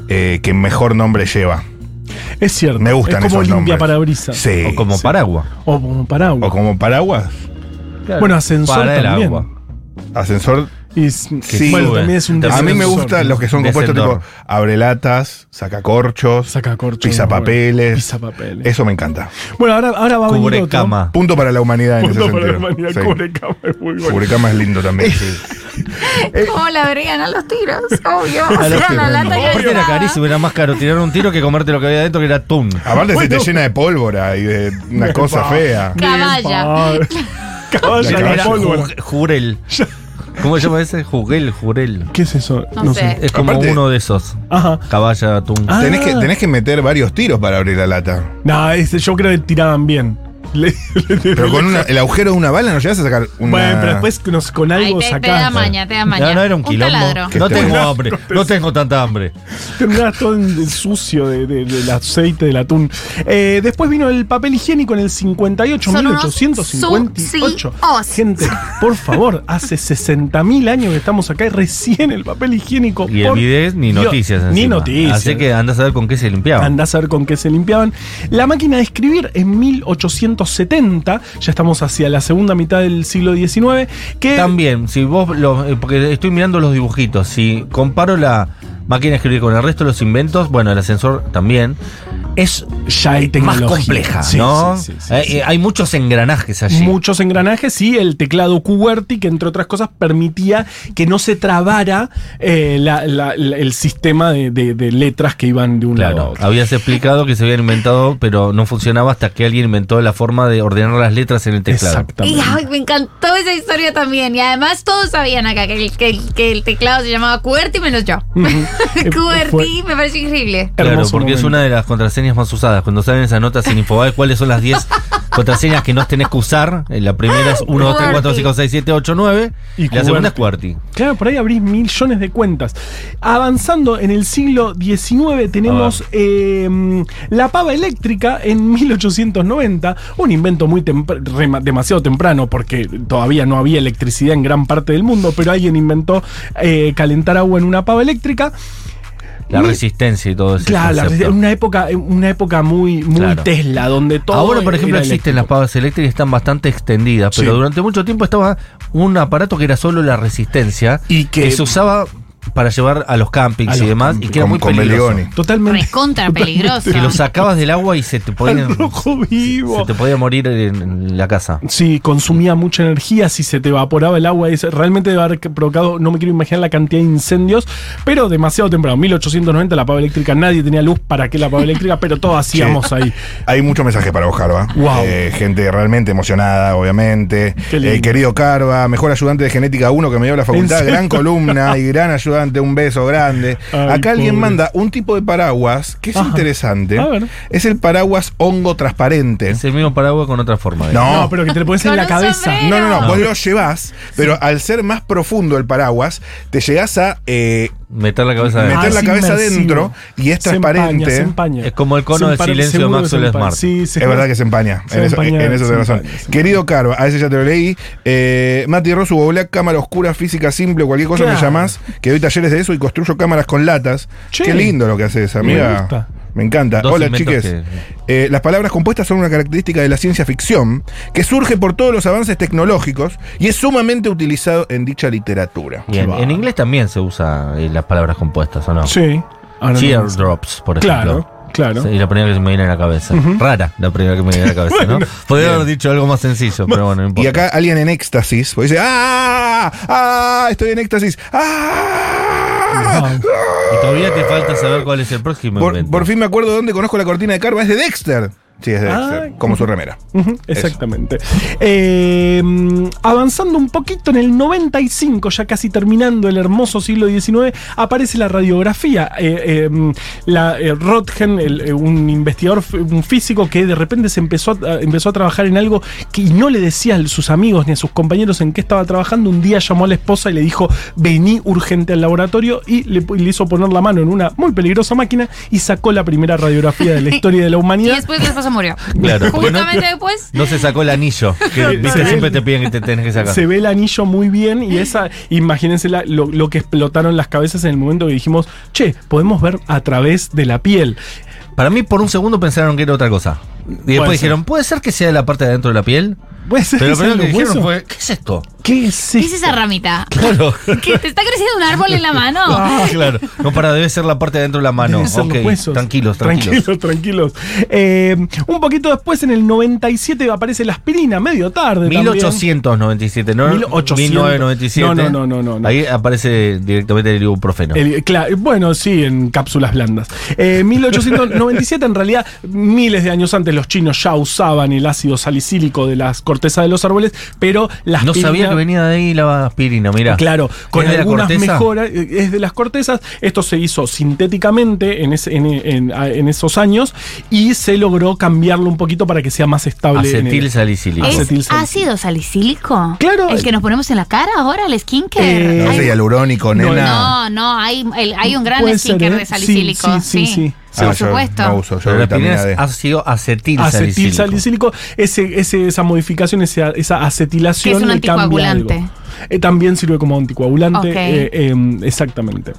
Speaker 5: eh, que mejor nombre lleva.
Speaker 4: Es cierto.
Speaker 5: Me gustan
Speaker 4: es como
Speaker 5: esos
Speaker 4: limpia
Speaker 5: nombres.
Speaker 4: parabrisas.
Speaker 5: Sí.
Speaker 2: o como
Speaker 4: sí.
Speaker 2: paraguas.
Speaker 4: O como paraguas.
Speaker 5: O como paraguas.
Speaker 4: Bueno, ascensor
Speaker 2: Para el
Speaker 4: también.
Speaker 2: agua.
Speaker 5: Ascensor.
Speaker 4: Y, s-
Speaker 5: Sí.
Speaker 4: bueno,
Speaker 2: sube.
Speaker 4: también es un
Speaker 5: A mí me
Speaker 4: desastre.
Speaker 5: gustan los que son compuestos tipo
Speaker 2: Descendor.
Speaker 5: abrelatas, sacacorchos,
Speaker 4: Sacacorchos,
Speaker 5: pisapapeles.
Speaker 4: bueno, pisapapeles.
Speaker 5: Eso me encanta.
Speaker 4: Bueno, ahora, ahora va a venir otro.
Speaker 2: Cubrecama.
Speaker 5: Punto para la humanidad en
Speaker 4: Punto
Speaker 5: ese
Speaker 4: para la
Speaker 5: sentido.
Speaker 4: humanidad,
Speaker 5: Sí.
Speaker 4: cubrecama, es muy bueno.
Speaker 5: Cubrecama es lindo también. sí.
Speaker 4: [LAUGHS]
Speaker 2: Eh.
Speaker 3: ¿Cómo la verían a los tiros?
Speaker 2: [LAUGHS]
Speaker 3: Obvio.
Speaker 5: A
Speaker 3: O
Speaker 5: los
Speaker 3: sea, la
Speaker 5: tiros,
Speaker 3: lata
Speaker 5: no.
Speaker 3: que
Speaker 2: Aparte era
Speaker 3: ayudaba.
Speaker 2: carísimo, era más caro tirar un tiro que comerte lo que había adentro, que era atún.
Speaker 4: Ah,
Speaker 5: Aparte se
Speaker 4: Bueno.
Speaker 5: te llena de pólvora y de una cosa fea.
Speaker 3: Caballa.
Speaker 4: Caballa
Speaker 5: La
Speaker 4: de
Speaker 5: caballa.
Speaker 4: pólvora.
Speaker 2: ju- jurel. ¿Cómo se llama ese? Juguel, jurel.
Speaker 4: ¿Qué es eso?
Speaker 3: No sé.
Speaker 2: Es como
Speaker 5: Aparte-
Speaker 2: uno de esos.
Speaker 4: Ajá.
Speaker 2: Caballa, atún.
Speaker 4: Ah.
Speaker 5: Tenés, que, tenés que meter varios tiros para abrir la lata.
Speaker 4: No, ese, yo creo que tiraban bien. [LAUGHS] Le- le-
Speaker 5: Pero con una- el agujero de una bala no llegas a sacar una.
Speaker 4: Bueno, pero después nos- con
Speaker 3: Ay,
Speaker 4: algo
Speaker 3: te, te
Speaker 4: sacás.
Speaker 3: da
Speaker 4: [LAUGHS]
Speaker 3: maña, te da maña.
Speaker 2: No, no era un quilombo.
Speaker 3: taladro.
Speaker 5: Qué
Speaker 2: No
Speaker 5: terrible.
Speaker 2: tengo hambre, no tengo tanta hambre.
Speaker 4: Terminabas todo en- sucio de- de- del aceite del atún. Eh, después vino el papel higiénico en el 58,
Speaker 3: Son unos
Speaker 4: 1858.
Speaker 3: subsidios.
Speaker 4: Gente, por favor, hace 60.000 años que estamos acá y recién el papel higiénico.
Speaker 2: Y el
Speaker 4: por
Speaker 2: bidet ni
Speaker 4: Dios,
Speaker 2: noticias.
Speaker 4: Ni
Speaker 2: encima.
Speaker 4: noticias.
Speaker 2: Así que andás a ver con qué se limpiaba.
Speaker 4: Andás a ver con qué se limpiaban. La máquina de escribir en 1870, ya estamos hacia la segunda mitad del siglo XIX, que
Speaker 2: También, si vos, lo- eh, porque estoy mirando los dibujitos, si comparo la máquina de escribir con el resto de los inventos, bueno, el ascensor también, es
Speaker 4: ya hay
Speaker 2: más
Speaker 4: tecnología.
Speaker 2: compleja,
Speaker 4: Sí,
Speaker 2: ¿no?
Speaker 4: sí, sí, sí,
Speaker 2: Eh,
Speaker 4: sí.
Speaker 2: eh, Hay muchos engranajes allí.
Speaker 4: Muchos engranajes y el teclado QWERTY, que entre otras cosas permitía que no se trabara eh, la- la- la- el sistema de, de- de letras que iban de un lado a
Speaker 2: Claro,
Speaker 4: otro.
Speaker 2: habías explicado que se habían inventado, pero no funcionaba hasta que alguien inventó la forma de ordenar las letras en el teclado.
Speaker 3: Y
Speaker 4: Exactamente.
Speaker 3: ay, me encantó esa historia también. Y además todos sabían acá que el, que el- que el teclado se llamaba QWERTY menos
Speaker 2: [LAUGHS]
Speaker 3: yo.
Speaker 2: Eh,
Speaker 4: Ujú.
Speaker 3: [LAUGHS] QWERTY me pareció increíble.
Speaker 2: Claro,
Speaker 4: Hermoso
Speaker 2: porque es
Speaker 4: momento.
Speaker 2: una de las contraseñas más usadas. Cuando salen esas notas en Infobae, ¿cuáles son las
Speaker 4: [LAUGHS]
Speaker 2: 10 contraseñas que no tenés que usar? Eh, La primera es 1, 2, 3, 4, 5, 6, 7, 8, 9.
Speaker 4: Y
Speaker 2: Y la segunda es
Speaker 4: QWERTY.
Speaker 2: QWERTY.
Speaker 4: Claro, por ahí abrís millones de cuentas. Avanzando en el siglo XIX tenemos eh, la pava eléctrica en 1890, un invento muy tempr- rema- demasiado temprano porque todavía no había electricidad en gran parte del mundo, pero alguien inventó eh, calentar agua en una pava eléctrica.
Speaker 2: La
Speaker 4: Muy-
Speaker 2: resistencia y todo eso.
Speaker 4: Claro, la- en una época, en una época muy, muy
Speaker 2: Claro.
Speaker 4: Tesla, donde todo.
Speaker 2: Ahora, por ejemplo,
Speaker 4: era
Speaker 2: existen las
Speaker 4: eléctrico.
Speaker 2: pavas eléctricas, están bastante extendidas, pero
Speaker 4: Sí.
Speaker 2: durante mucho tiempo estaba un aparato que era solo la resistencia
Speaker 4: Y que-
Speaker 2: se usaba para llevar a los campings
Speaker 4: A
Speaker 2: y
Speaker 4: los
Speaker 2: demás, y que era
Speaker 5: Con-
Speaker 2: muy
Speaker 5: con
Speaker 2: peligroso.
Speaker 5: Belioni.
Speaker 4: Totalmente.
Speaker 3: Recontra
Speaker 2: [LAUGHS]
Speaker 3: peligroso.
Speaker 2: Que lo sacabas del agua y se te podía,
Speaker 4: [LAUGHS] Al rojo vivo.
Speaker 2: se te podía morir en, en la casa.
Speaker 4: Sí, consumía mucha energía, si se te evaporaba el agua, es, realmente debe haber provocado, no me quiero imaginar la cantidad de incendios, pero demasiado temprano, 1890 la pava eléctrica, nadie tenía luz para que la pava eléctrica, pero todos hacíamos ahí.
Speaker 5: Hay mucho mensaje para vos, Carva.
Speaker 4: Wow.
Speaker 5: Eh, gente realmente emocionada, obviamente.
Speaker 4: Qué lindo.
Speaker 5: Eh, querido Carva, mejor ayudante de genética 1 que me dio la facultad.
Speaker 4: ¿En serio?
Speaker 5: Gran columna y gran ayudante. Un beso grande.
Speaker 4: [LAUGHS] Ay,
Speaker 5: Acá alguien
Speaker 4: pobre.
Speaker 5: manda un tipo de paraguas que es
Speaker 4: Ajá.
Speaker 5: interesante.
Speaker 4: A ver.
Speaker 5: Es el paraguas hongo transparente.
Speaker 2: Es el mismo paraguas con otra forma. de-
Speaker 5: [LAUGHS] No.
Speaker 4: No, pero que te lo pones en
Speaker 3: Con
Speaker 4: la
Speaker 3: un
Speaker 4: cabeza.
Speaker 3: sombrero.
Speaker 5: No, no, no,
Speaker 2: No.
Speaker 5: vos lo llevás, pero al ser más profundo el paraguas, te llegás a eh,
Speaker 2: Meter la cabeza
Speaker 5: Meter
Speaker 2: adentro.
Speaker 5: la
Speaker 4: Ah, es
Speaker 5: cabeza
Speaker 4: inmersivo.
Speaker 5: adentro y es
Speaker 4: Se empaña,
Speaker 5: transparente.
Speaker 4: se empaña.
Speaker 2: Es como el cono
Speaker 4: Se
Speaker 2: de
Speaker 4: empara-
Speaker 2: silencio de
Speaker 4: seguro que
Speaker 2: Maxwell
Speaker 4: se empa-
Speaker 2: Smart.
Speaker 4: Sí, se-
Speaker 5: Es verdad que se empaña.
Speaker 4: Se
Speaker 5: en eso,
Speaker 4: empaña,
Speaker 5: en eso
Speaker 4: se
Speaker 5: tenés razón.
Speaker 4: empaña, se
Speaker 5: Querido Carva, a ese ya te lo leí. Eh, Mati Rosu, o Black, cámara oscura, física simple, o cualquier cosa me
Speaker 4: Claro.
Speaker 5: llamás, que doy talleres de eso y construyo cámaras con latas.
Speaker 4: Che.
Speaker 5: Qué lindo lo que haces, amiga.
Speaker 4: Me gusta.
Speaker 5: Me encanta.
Speaker 2: Dos
Speaker 5: Hola,
Speaker 2: inventos
Speaker 5: chiques. Eh, las palabras compuestas son una característica de la ciencia ficción que surge por todos los avances tecnológicos y es sumamente utilizado en dicha literatura.
Speaker 2: Bien,
Speaker 4: Qué
Speaker 2: En
Speaker 4: va.
Speaker 2: inglés también se usan las palabras compuestas, ¿o no?
Speaker 4: Sí. Ahora no.
Speaker 2: Teardrops, por
Speaker 4: Claro,
Speaker 2: ejemplo.
Speaker 4: claro.
Speaker 2: Sí, la primera que se me viene a la cabeza. Rara la primera que me viene a la cabeza, ¿no? Podría haber dicho algo más sencillo, pero bueno, no importa.
Speaker 5: Y acá alguien en éxtasis, pues dice, ¡ah! ¡ah! Estoy en éxtasis. ¡ah!
Speaker 4: Ah,
Speaker 2: Y todavía te falta saber cuál es el próximo
Speaker 5: Por,
Speaker 2: invento.
Speaker 5: por fin me acuerdo de dónde conozco la cortina de Carva, es de Dexter. Sí, es de
Speaker 4: Ah,
Speaker 5: Dexter, como su remera.
Speaker 4: Ujú, Exactamente. Eh, avanzando un poquito en el 95, ya casi terminando el hermoso siglo XIX, aparece la radiografía. Eh, eh, la, eh, Röntgen, el- eh, un investigador, f- un físico que de repente se empezó a, a- empezó a trabajar en algo que no le decía a sus amigos ni a sus compañeros en qué estaba trabajando. Un día llamó a la esposa y le dijo, vení urgente al laboratorio y le, pu- le hizo poner la mano en una muy peligrosa máquina y sacó la primera radiografía de la historia de la
Speaker 3: Y
Speaker 4: humanidad.
Speaker 3: después la esposa murió.
Speaker 2: Claro, porque no-
Speaker 3: Justamente después.
Speaker 2: No se sacó el anillo. Que, viste,
Speaker 4: Sí.
Speaker 2: siempre te piden que te tenés que sacar.
Speaker 4: Se ve el anillo muy bien y esa, imagínense la- lo, lo que explotaron las cabezas en el momento que dijimos, che, podemos ver a través de la piel.
Speaker 2: Para mí, por un segundo pensaron que era otra cosa. Y después
Speaker 4: ser.
Speaker 2: dijeron, ¿puede ser que sea la parte de adentro de la piel?
Speaker 4: Puede ser
Speaker 2: Pero
Speaker 4: que
Speaker 2: lo primero
Speaker 4: sean
Speaker 2: que
Speaker 4: Pues, los
Speaker 2: dijeron
Speaker 4: huesos.
Speaker 2: fue, ¿qué es esto?
Speaker 4: ¿Qué es
Speaker 3: ¿Qué
Speaker 4: esto?
Speaker 3: es esa ramita?
Speaker 2: Claro.
Speaker 3: ¿Que ¿Te está creciendo un árbol en la mano?
Speaker 2: [LAUGHS] Ah, claro. No, para, debe ser la parte de adentro de la mano.
Speaker 4: Deben ser
Speaker 2: Ok,
Speaker 4: los huesos.
Speaker 2: tranquilos, tranquilos.
Speaker 4: Ah, [LAUGHS] Tranquilos, tranquilos. Eh, un poquito después, en el 97, aparece la aspirina, medio tarde. también.
Speaker 2: 1897, no
Speaker 4: 1800.
Speaker 2: 1997.
Speaker 4: No, no, no, no, no.
Speaker 2: Ahí aparece directamente el ibuprofeno.
Speaker 4: El- claro, bueno, sí, en cápsulas blandas. Eh, 1897, en realidad, miles de años antes, los chinos ya usaban el ácido salicílico de las cortezas de los árboles, pero las
Speaker 2: no sabía
Speaker 4: aspirina-
Speaker 2: que venía de ahí la aspirina, mira.
Speaker 4: Claro, con
Speaker 2: Ah. ¿Es de la
Speaker 4: algunas
Speaker 2: corteza?
Speaker 4: mejoras, eh, es de las cortezas. Esto se hizo sintéticamente en, ese- en- en- a- en esos años y se logró cambiarlo un poquito para que sea más estable. en el-
Speaker 2: Acetil salicílico.
Speaker 4: Acetil-
Speaker 3: ¿Es
Speaker 4: acetilsalicílico.
Speaker 3: ácido salicílico?
Speaker 4: Claro.
Speaker 3: ¿El que nos ponemos en la cara ahora, el skincare?
Speaker 4: Eh,
Speaker 5: No
Speaker 3: Hay-
Speaker 5: sé, hialurónico,
Speaker 4: No,
Speaker 5: nena. Ah,
Speaker 3: no, no, hay, el- hay un gran
Speaker 4: Puede ser,
Speaker 3: skincare
Speaker 4: ¿eh?
Speaker 3: de salicílico.
Speaker 4: Sí, sí, sí, sí.
Speaker 5: Ah,
Speaker 3: Por
Speaker 5: yo
Speaker 3: supuesto.
Speaker 5: No uso, yo
Speaker 2: Pero la
Speaker 5: vitamina
Speaker 2: aspirina
Speaker 5: D.
Speaker 2: es ácido acetil
Speaker 4: Acetil
Speaker 2: salicílico.
Speaker 4: salicílico, ese, ese- esa modificación, esa, esa acetilación.
Speaker 3: Que es un
Speaker 4: le cambia algo.
Speaker 3: anticoagulante.
Speaker 4: Eh, también sirve como anticoagulante.
Speaker 3: Ok.
Speaker 4: eh, eh, exactamente.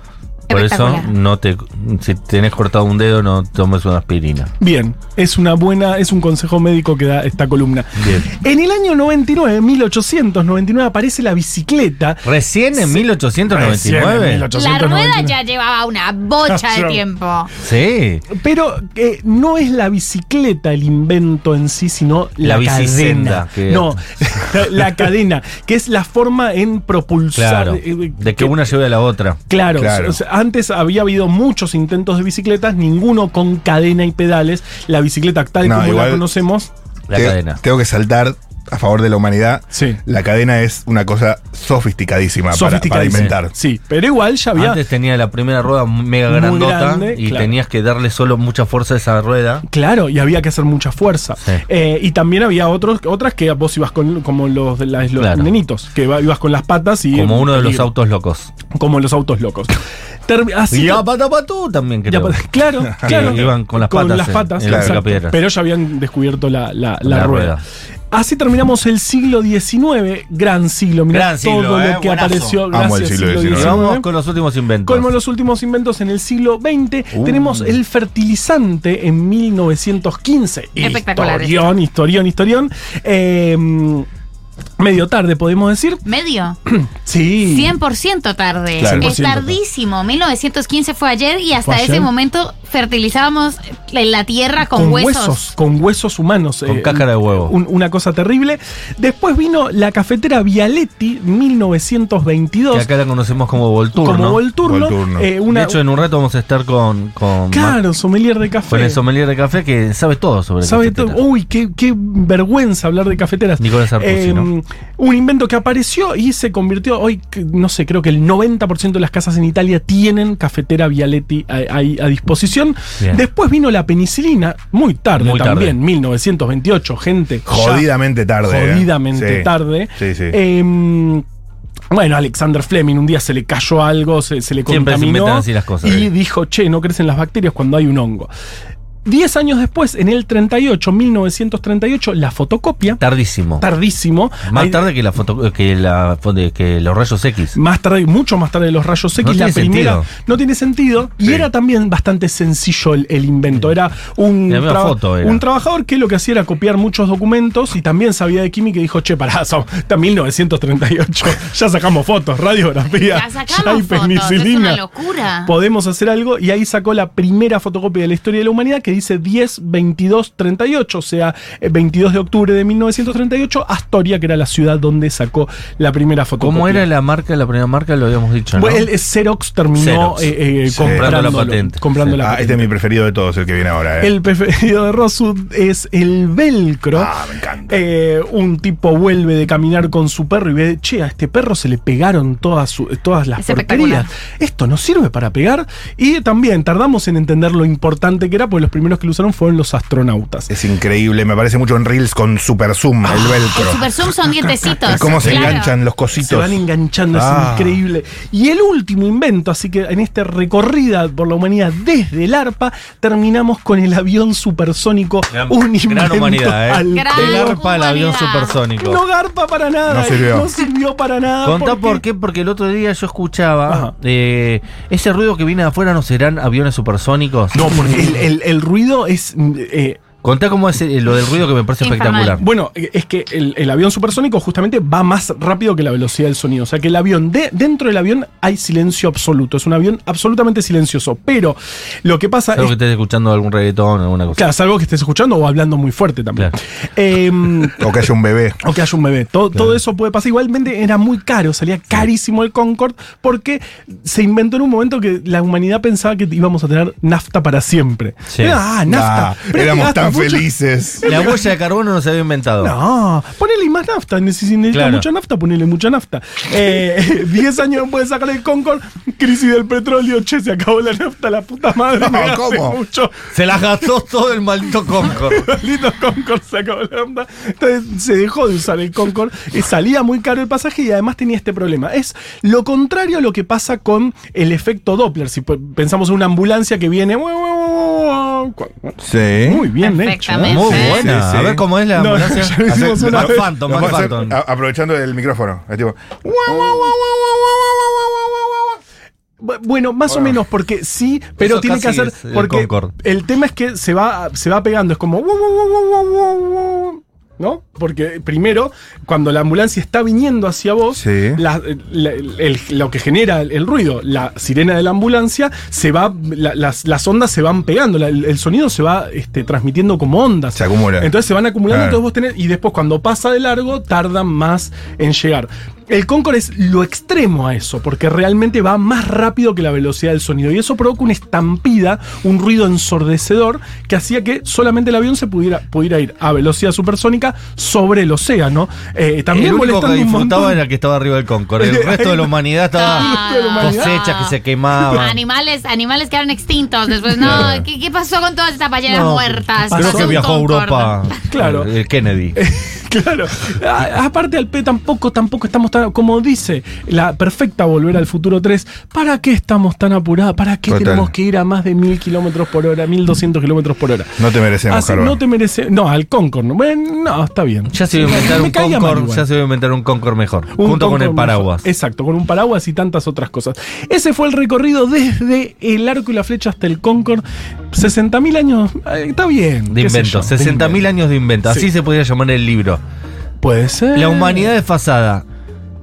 Speaker 2: Por eso, mm,
Speaker 3: Espectacular.
Speaker 2: no te, si tenés cortado un dedo, no tomes una aspirina.
Speaker 4: Bien, es una buena, es un consejo médico que da esta columna.
Speaker 2: Bien.
Speaker 4: En el año 99, 1899, aparece la bicicleta.
Speaker 2: Recién en
Speaker 4: Recién en
Speaker 2: 1899.
Speaker 4: 1899.
Speaker 3: La rueda ya llevaba una bocha
Speaker 4: [LAUGHS]
Speaker 3: de tiempo.
Speaker 2: Sí.
Speaker 4: Pero eh, no es la bicicleta el invento en sí, sino la,
Speaker 2: La
Speaker 4: cadena.
Speaker 2: bicicenda, que-
Speaker 4: No, [LAUGHS] la cadena, que es la forma en propulsar.
Speaker 2: Claro.
Speaker 4: eh, eh,
Speaker 2: De que una lleve a la otra.
Speaker 4: Claro,
Speaker 5: Claro.
Speaker 4: o sea, antes había habido muchos intentos de bicicletas, ninguno con cadena y pedales. La bicicleta tal
Speaker 5: No,
Speaker 4: como la
Speaker 5: igual-
Speaker 4: conocemos.
Speaker 2: La
Speaker 5: Te-
Speaker 2: cadena.
Speaker 5: Tengo que saltar a favor de la humanidad.
Speaker 4: Sí.
Speaker 5: La cadena es una cosa sofisticadísima, para-
Speaker 4: sofisticadísima.
Speaker 5: para, inventar.
Speaker 4: Sí, pero igual ya había.
Speaker 2: Antes tenía la primera rueda mega
Speaker 4: Muy
Speaker 2: grandota
Speaker 4: grande,
Speaker 2: y
Speaker 4: claro.
Speaker 2: tenías que darle solo mucha fuerza a esa rueda.
Speaker 4: Claro, y había que hacer mucha fuerza.
Speaker 2: Sí.
Speaker 4: Eh, y también había otros, otras que vos ibas con, como los, de las- los
Speaker 2: Claro.
Speaker 4: nenitos, que iba- ibas con las patas y.
Speaker 2: Como uno de los
Speaker 4: peligro.
Speaker 2: autos locos.
Speaker 4: Como los autos locos. ah, Ter- así
Speaker 2: Y
Speaker 4: que-
Speaker 2: a Patapatú también
Speaker 4: Ya,
Speaker 2: creo.
Speaker 4: pa-
Speaker 2: [LAUGHS]
Speaker 4: claro,
Speaker 2: Que
Speaker 4: claro.
Speaker 2: iban con las patas en- en la
Speaker 4: exacto.
Speaker 2: picapiedras.
Speaker 4: Pero ya habían descubierto la, la- la
Speaker 2: La
Speaker 4: rueda.
Speaker 2: rueda.
Speaker 4: Así terminamos el siglo XIX, gran siglo. Mirá
Speaker 2: Gran siglo,
Speaker 4: todo
Speaker 2: eh,
Speaker 4: lo que
Speaker 2: buenazo.
Speaker 4: apareció.
Speaker 5: Amo
Speaker 4: gracias,
Speaker 5: el siglo
Speaker 2: Y
Speaker 5: XIX.
Speaker 2: vamos con los últimos inventos.
Speaker 4: Como los últimos inventos en el siglo XX,
Speaker 5: Uh.
Speaker 4: tenemos el fertilizante en 1915.
Speaker 3: Espectacular
Speaker 4: Historión, historión, historión. Eh, medio tarde, podemos decir.
Speaker 3: Medio.
Speaker 4: Sí.
Speaker 3: 100% tarde.
Speaker 5: Claro.
Speaker 3: Es
Speaker 4: 100% tarde.
Speaker 3: tardísimo. 1915 fue ayer y hasta
Speaker 4: Fue ayer.
Speaker 3: ese momento fertilizábamos la- la tierra con, huesos.
Speaker 4: Con huesos humanos. eh,
Speaker 2: Con cáscara de huevo.
Speaker 4: un- una cosa terrible. Después vino la cafetera Vialetti,
Speaker 2: Que
Speaker 4: 1922.
Speaker 2: acá la conocemos como Volturno.
Speaker 4: como Volturno.
Speaker 5: Volturno.
Speaker 4: eh, una,
Speaker 2: De hecho, en un rato vamos a estar con, con,
Speaker 4: claro, sommelier de café.
Speaker 2: con el sommelier de café que sabe todo sobre
Speaker 4: ¿Sabe
Speaker 2: cafeteras.
Speaker 4: todo? Uy, qué, qué vergüenza hablar de cafeteras. Eh,
Speaker 2: Nicolás Artusi, ¿no?
Speaker 4: Un invento que apareció y se convirtió hoy, que- no sé, creo que el 90% de las casas en Italia tienen cafetera Vialetti a, ahí a disposición.
Speaker 2: Bien.
Speaker 4: Después vino la penicilina, muy tarde
Speaker 2: Muy tarde.
Speaker 4: también, 1928, gente. ya
Speaker 5: Jodidamente tarde. eh.
Speaker 4: jodidamente
Speaker 5: Sí.
Speaker 4: tarde.
Speaker 5: Sí, sí.
Speaker 4: Em, bueno, Alexander Fleming un día se le cayó algo, se, se le
Speaker 2: Siempre se
Speaker 4: contaminó
Speaker 2: inventan así las cosas. ¿eh?
Speaker 4: y
Speaker 2: Sí.
Speaker 4: dijo, che, no crecen las bacterias cuando hay un hongo. Diez años después, en el 38, 1938, la fotocopia,
Speaker 2: Tardísimo.
Speaker 4: tardísimo,
Speaker 2: Más
Speaker 4: hay-
Speaker 2: tarde que la foto que la que los rayos X.
Speaker 4: más tarde, mucho más tarde de los rayos X,
Speaker 2: No
Speaker 4: la
Speaker 2: tiene
Speaker 4: primera
Speaker 2: sentido.
Speaker 4: no tiene sentido. Y
Speaker 5: Sí.
Speaker 4: era también bastante sencillo el, el invento. Era un,
Speaker 2: La misma foto era.
Speaker 4: un trabajador que lo que hacía era copiar muchos documentos y también sabía de química y dijo, che, pará, [LAUGHS] son- está 1938. [LAUGHS] ya sacamos fotos, radiografía.
Speaker 3: Ya sacamos
Speaker 4: hay
Speaker 3: fotos, es
Speaker 4: penicilina.
Speaker 3: una locura.
Speaker 4: Podemos hacer algo y ahí sacó la primera fotocopia de la historia de la humanidad que dice 10, 22, 38, o sea, eh, 22 de octubre de 1938, Astoria, que era la ciudad donde sacó la primera foto.
Speaker 2: ¿Cómo era la marca? La primera marca lo habíamos dicho, ¿no?
Speaker 4: Bueno, el Xerox terminó
Speaker 2: Xerox.
Speaker 4: eh, eh,
Speaker 5: Sí.
Speaker 2: Comprando la
Speaker 4: comprándolo,
Speaker 2: patente.
Speaker 4: comprando
Speaker 2: Sí.
Speaker 4: la
Speaker 5: Ah, este es mi preferido de todos, el que viene ahora. eh.
Speaker 4: el preferido de Rosud es el velcro.
Speaker 5: Ah, me encanta.
Speaker 4: Eh, un tipo vuelve de caminar con su perro y ve, che, a este perro se le pegaron todas, su- todas las
Speaker 3: Es espectacular.
Speaker 4: porquerías. Esto no sirve para pegar. Y también tardamos en entender lo importante que era, porque los primeros que lo usaron fueron los astronautas.
Speaker 5: Es increíble, me parece mucho en Reels con Super Zoom,
Speaker 4: Ah,
Speaker 5: el velcro.
Speaker 3: El Super Zoom
Speaker 4: [LAUGHS]
Speaker 3: son dientecitos.
Speaker 5: Y cómo se
Speaker 3: claro.
Speaker 5: enganchan los
Speaker 4: Se
Speaker 5: cositos.
Speaker 4: van enganchando,
Speaker 5: Ah.
Speaker 4: es increíble. Y el último invento, así que en esta recorrida por la humanidad desde el ARPA, terminamos con el avión supersónico.
Speaker 2: Gran-
Speaker 4: un
Speaker 2: gran
Speaker 4: invento
Speaker 2: humanidad, ¿eh?
Speaker 4: al
Speaker 3: Gran
Speaker 2: El
Speaker 4: pedo.
Speaker 2: arpa, el avión
Speaker 3: humanidad.
Speaker 2: supersónico.
Speaker 4: No garpa para nada.
Speaker 5: No sirvió.
Speaker 4: No sirvió para nada.
Speaker 2: Contá
Speaker 4: porque-
Speaker 2: por qué, porque el otro día yo
Speaker 4: Ajá.
Speaker 2: escuchaba eh, ese ruido que viene de afuera, ¿no serán aviones supersónicos?
Speaker 4: No, porque el, el- el ruido es. mm, eh,
Speaker 2: Contá cómo es eh, lo del ruido que me parece
Speaker 3: Infernal.
Speaker 2: espectacular.
Speaker 4: bueno, es que el, el avión supersónico justamente va más rápido que la velocidad del sonido. O sea que el avión, de, dentro del avión hay silencio absoluto. Es un avión absolutamente silencioso. Pero lo que pasa
Speaker 2: Salvo
Speaker 4: es
Speaker 2: que estés escuchando algún reggaetón o alguna cosa.
Speaker 4: eh, Claro, salvo que estés escuchando o hablando muy fuerte también.
Speaker 2: Claro.
Speaker 5: [LAUGHS]
Speaker 4: Em,
Speaker 5: O que haya un bebé.
Speaker 4: O que haya un bebé. Todo, todo eso puede pasar. Igualmente era muy caro, salía carísimo el Concorde porque se inventó en un momento que la humanidad pensaba que íbamos a tener nafta para siempre.
Speaker 2: Sí.
Speaker 4: Era, ah, nafta.
Speaker 5: Ah,
Speaker 4: Pero es que
Speaker 5: éramos
Speaker 4: gasta
Speaker 5: tan
Speaker 4: mucho-
Speaker 5: felices.
Speaker 2: La huella de carbono no se había inventado.
Speaker 4: No, ponele más nafta. Ne- Si necesitas
Speaker 2: Claro.
Speaker 4: mucha nafta, ponele mucha nafta. Eh, [LAUGHS] 10 años no puedes sacar el Concorde, crisis del petróleo, che, se acabó la nafta, la puta madre.
Speaker 5: No,
Speaker 4: me [LAUGHS] hace
Speaker 5: ¿cómo?
Speaker 4: Mucho.
Speaker 2: Se la gastó todo el maldito Concorde.
Speaker 4: Maldito Concord se acabó la onda. Entonces se dejó de usar el Concord y salía muy caro el pasaje y además tenía este problema. Es lo contrario a lo que pasa con el efecto Doppler. Si pe- pensamos en una ambulancia que viene.
Speaker 5: Sí.
Speaker 4: Muy bien hecho. ¿eh?
Speaker 3: Perfectamente.
Speaker 2: Muy
Speaker 3: Sí,
Speaker 2: buena.
Speaker 5: sí, sí.
Speaker 2: A ver cómo es la
Speaker 4: No,
Speaker 2: ambulancia.
Speaker 4: ya lo hicimos
Speaker 2: Hace-
Speaker 4: una
Speaker 2: Mark
Speaker 4: vez.
Speaker 2: Phantom,
Speaker 5: Lo
Speaker 2: Mark
Speaker 5: vamos a hacer
Speaker 2: Phantom.
Speaker 5: a- aprovechando el micrófono. Es tipo, "Ah,
Speaker 4: Bu- Bueno, más o
Speaker 5: Bueno.
Speaker 4: menos, porque sí, pero
Speaker 2: Eso
Speaker 4: tiene que
Speaker 2: casi
Speaker 4: hacer.
Speaker 2: es el
Speaker 4: porque
Speaker 2: Concorde.
Speaker 4: el tema es que se va, se va pegando, es como. ¿No? Porque primero, cuando la ambulancia está viniendo hacia vos,
Speaker 5: Sí.
Speaker 4: la- la- el- lo que genera el, el ruido, la sirena de la ambulancia, se va, la- las, las ondas se van pegando, la- el, el sonido se va este, transmitiendo como ondas.
Speaker 5: Se acumula.
Speaker 4: Entonces se van acumulando,
Speaker 5: Claro.
Speaker 4: entonces vos tenés- y después cuando pasa de largo, tardan más en llegar. El Concorde es lo extremo a eso, porque realmente va más rápido que la velocidad del sonido. Y eso provoca una estampida, un ruido ensordecedor, que hacía que solamente el avión se pudiera, pudiera ir a velocidad supersónica sobre el océano. Eh, también
Speaker 2: el único que
Speaker 4: molestando un
Speaker 2: disfrutaba
Speaker 4: montón.
Speaker 2: era el que estaba arriba del Concorde.
Speaker 4: [LAUGHS]
Speaker 2: El resto de la humanidad estaba
Speaker 3: Ah. El resto de la humanidad.
Speaker 2: cosechas que se quemaban.
Speaker 3: Animales, animales quedaron extintos después. No, ¿qué, qué pasó con todas estas ballenas
Speaker 2: No,
Speaker 3: muertas?
Speaker 2: Creo
Speaker 3: Pasó
Speaker 2: que
Speaker 3: un
Speaker 2: viajó a
Speaker 3: Concorde.
Speaker 2: Europa.
Speaker 4: Claro. Eh,
Speaker 2: El el Kennedy.
Speaker 4: [LAUGHS] Claro. A- aparte al P tampoco, tampoco estamos tan. Como dice la perfecta Volver al Futuro 3, ¿para qué estamos tan apurados? ¿Para qué
Speaker 5: Total.
Speaker 4: tenemos que ir a más de mil kilómetros por hora, 1200 kilómetros por hora?
Speaker 5: no te merecemos,
Speaker 4: Así,
Speaker 5: Carva.
Speaker 4: no te merece. No, al Concorde. Bueno, no, está bien.
Speaker 2: Ya se iba a inventar
Speaker 4: Me
Speaker 2: un
Speaker 4: caía mal
Speaker 2: Concorde,
Speaker 4: igual.
Speaker 2: ya se iba a inventar un Concorde mejor.
Speaker 4: Un
Speaker 2: junto con
Speaker 4: Concorde
Speaker 2: el paraguas.
Speaker 4: mejor. Exacto, con un paraguas y tantas otras cosas. Ese fue el recorrido desde el arco y la flecha hasta el Concorde. 60.000 años. eh, está bien.
Speaker 2: De
Speaker 4: qué sé
Speaker 2: invento.
Speaker 4: yo, de
Speaker 2: 60.000
Speaker 4: invento.
Speaker 2: años de invento. Así
Speaker 4: Sí. Eh.
Speaker 2: se podría llamar el libro.
Speaker 4: Puede ser.
Speaker 2: La humanidad desfasada.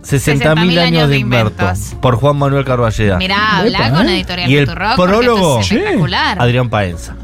Speaker 2: 60.000 años, de invento.
Speaker 3: inventos.
Speaker 2: Por Juan Manuel Carballeda.
Speaker 3: Mirá, habla
Speaker 4: Epa,
Speaker 3: con
Speaker 4: ¿eh?
Speaker 3: Editorial
Speaker 2: Y el
Speaker 3: Futurock,
Speaker 2: prólogo.
Speaker 3: porque esto es
Speaker 4: Sí.
Speaker 3: espectacular.
Speaker 2: Adrián Paenza.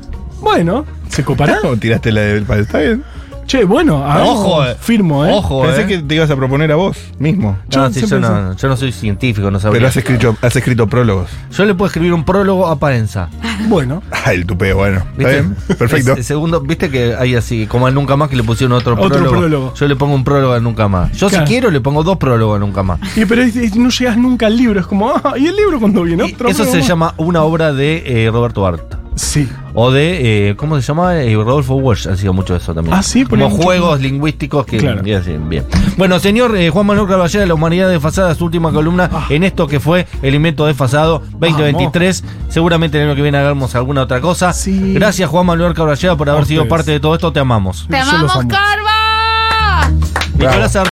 Speaker 4: Bueno, ¿se copará?
Speaker 5: No, tiraste la del Está bien.
Speaker 4: Che, bueno, a ver,
Speaker 2: Ojo, eh.
Speaker 4: firmo, ¿eh?
Speaker 2: Ojo,
Speaker 5: Pensé
Speaker 2: eh.
Speaker 5: que te ibas a proponer a vos mismo.
Speaker 2: No,
Speaker 4: Yo
Speaker 2: sí,
Speaker 4: siempre
Speaker 2: yo, no,
Speaker 4: pensé-
Speaker 2: no, yo no soy científico, no
Speaker 5: Pero
Speaker 2: sabría.
Speaker 5: has escrito, has escrito prólogos.
Speaker 2: Yo le puedo escribir un prólogo a Paenza.
Speaker 4: Bueno,
Speaker 5: [LAUGHS] Ah, el tupé, bueno. Está
Speaker 2: ¿Viste?
Speaker 5: bien. Perfecto.
Speaker 2: Es- segundo, viste que hay así, como al Nunca Más que le pusieron otro,
Speaker 4: Otro
Speaker 2: prólogo.
Speaker 4: prólogo.
Speaker 2: Yo le pongo un prólogo a Nunca Más. Yo
Speaker 4: Claro.
Speaker 2: si quiero le pongo dos prólogos a Nunca Más.
Speaker 4: y, pero es- es- no llegas nunca al libro, es como, ah, ¿y el libro cuando viene?
Speaker 2: Y
Speaker 4: Otro
Speaker 2: eso se
Speaker 4: programa.
Speaker 2: llama una obra de eh, Roberto Bart.
Speaker 4: Sí.
Speaker 2: O de, eh, ¿cómo se llama? Eh, Rodolfo Walsh ha sido mucho de eso también.
Speaker 4: Ah, sí, ponía
Speaker 2: Como
Speaker 4: mucho-
Speaker 2: juegos lingüísticos que...
Speaker 4: Claro.
Speaker 2: y así, bien. Bueno, señor eh, Juan Manuel Caballero, La Humanidad Desfasada, su última columna
Speaker 4: Ah.
Speaker 2: en esto que fue El Invento Desfasado 2023. Seguramente en el año que viene hagamos alguna otra cosa.
Speaker 4: Sí.
Speaker 2: Gracias Juan Manuel Caballero por haber
Speaker 4: A
Speaker 2: sido
Speaker 4: ustedes.
Speaker 2: parte de todo esto. Te amamos.
Speaker 3: ¡Te
Speaker 4: Yo los
Speaker 3: amamos,
Speaker 4: amo.
Speaker 3: Corvo!
Speaker 2: Nicolás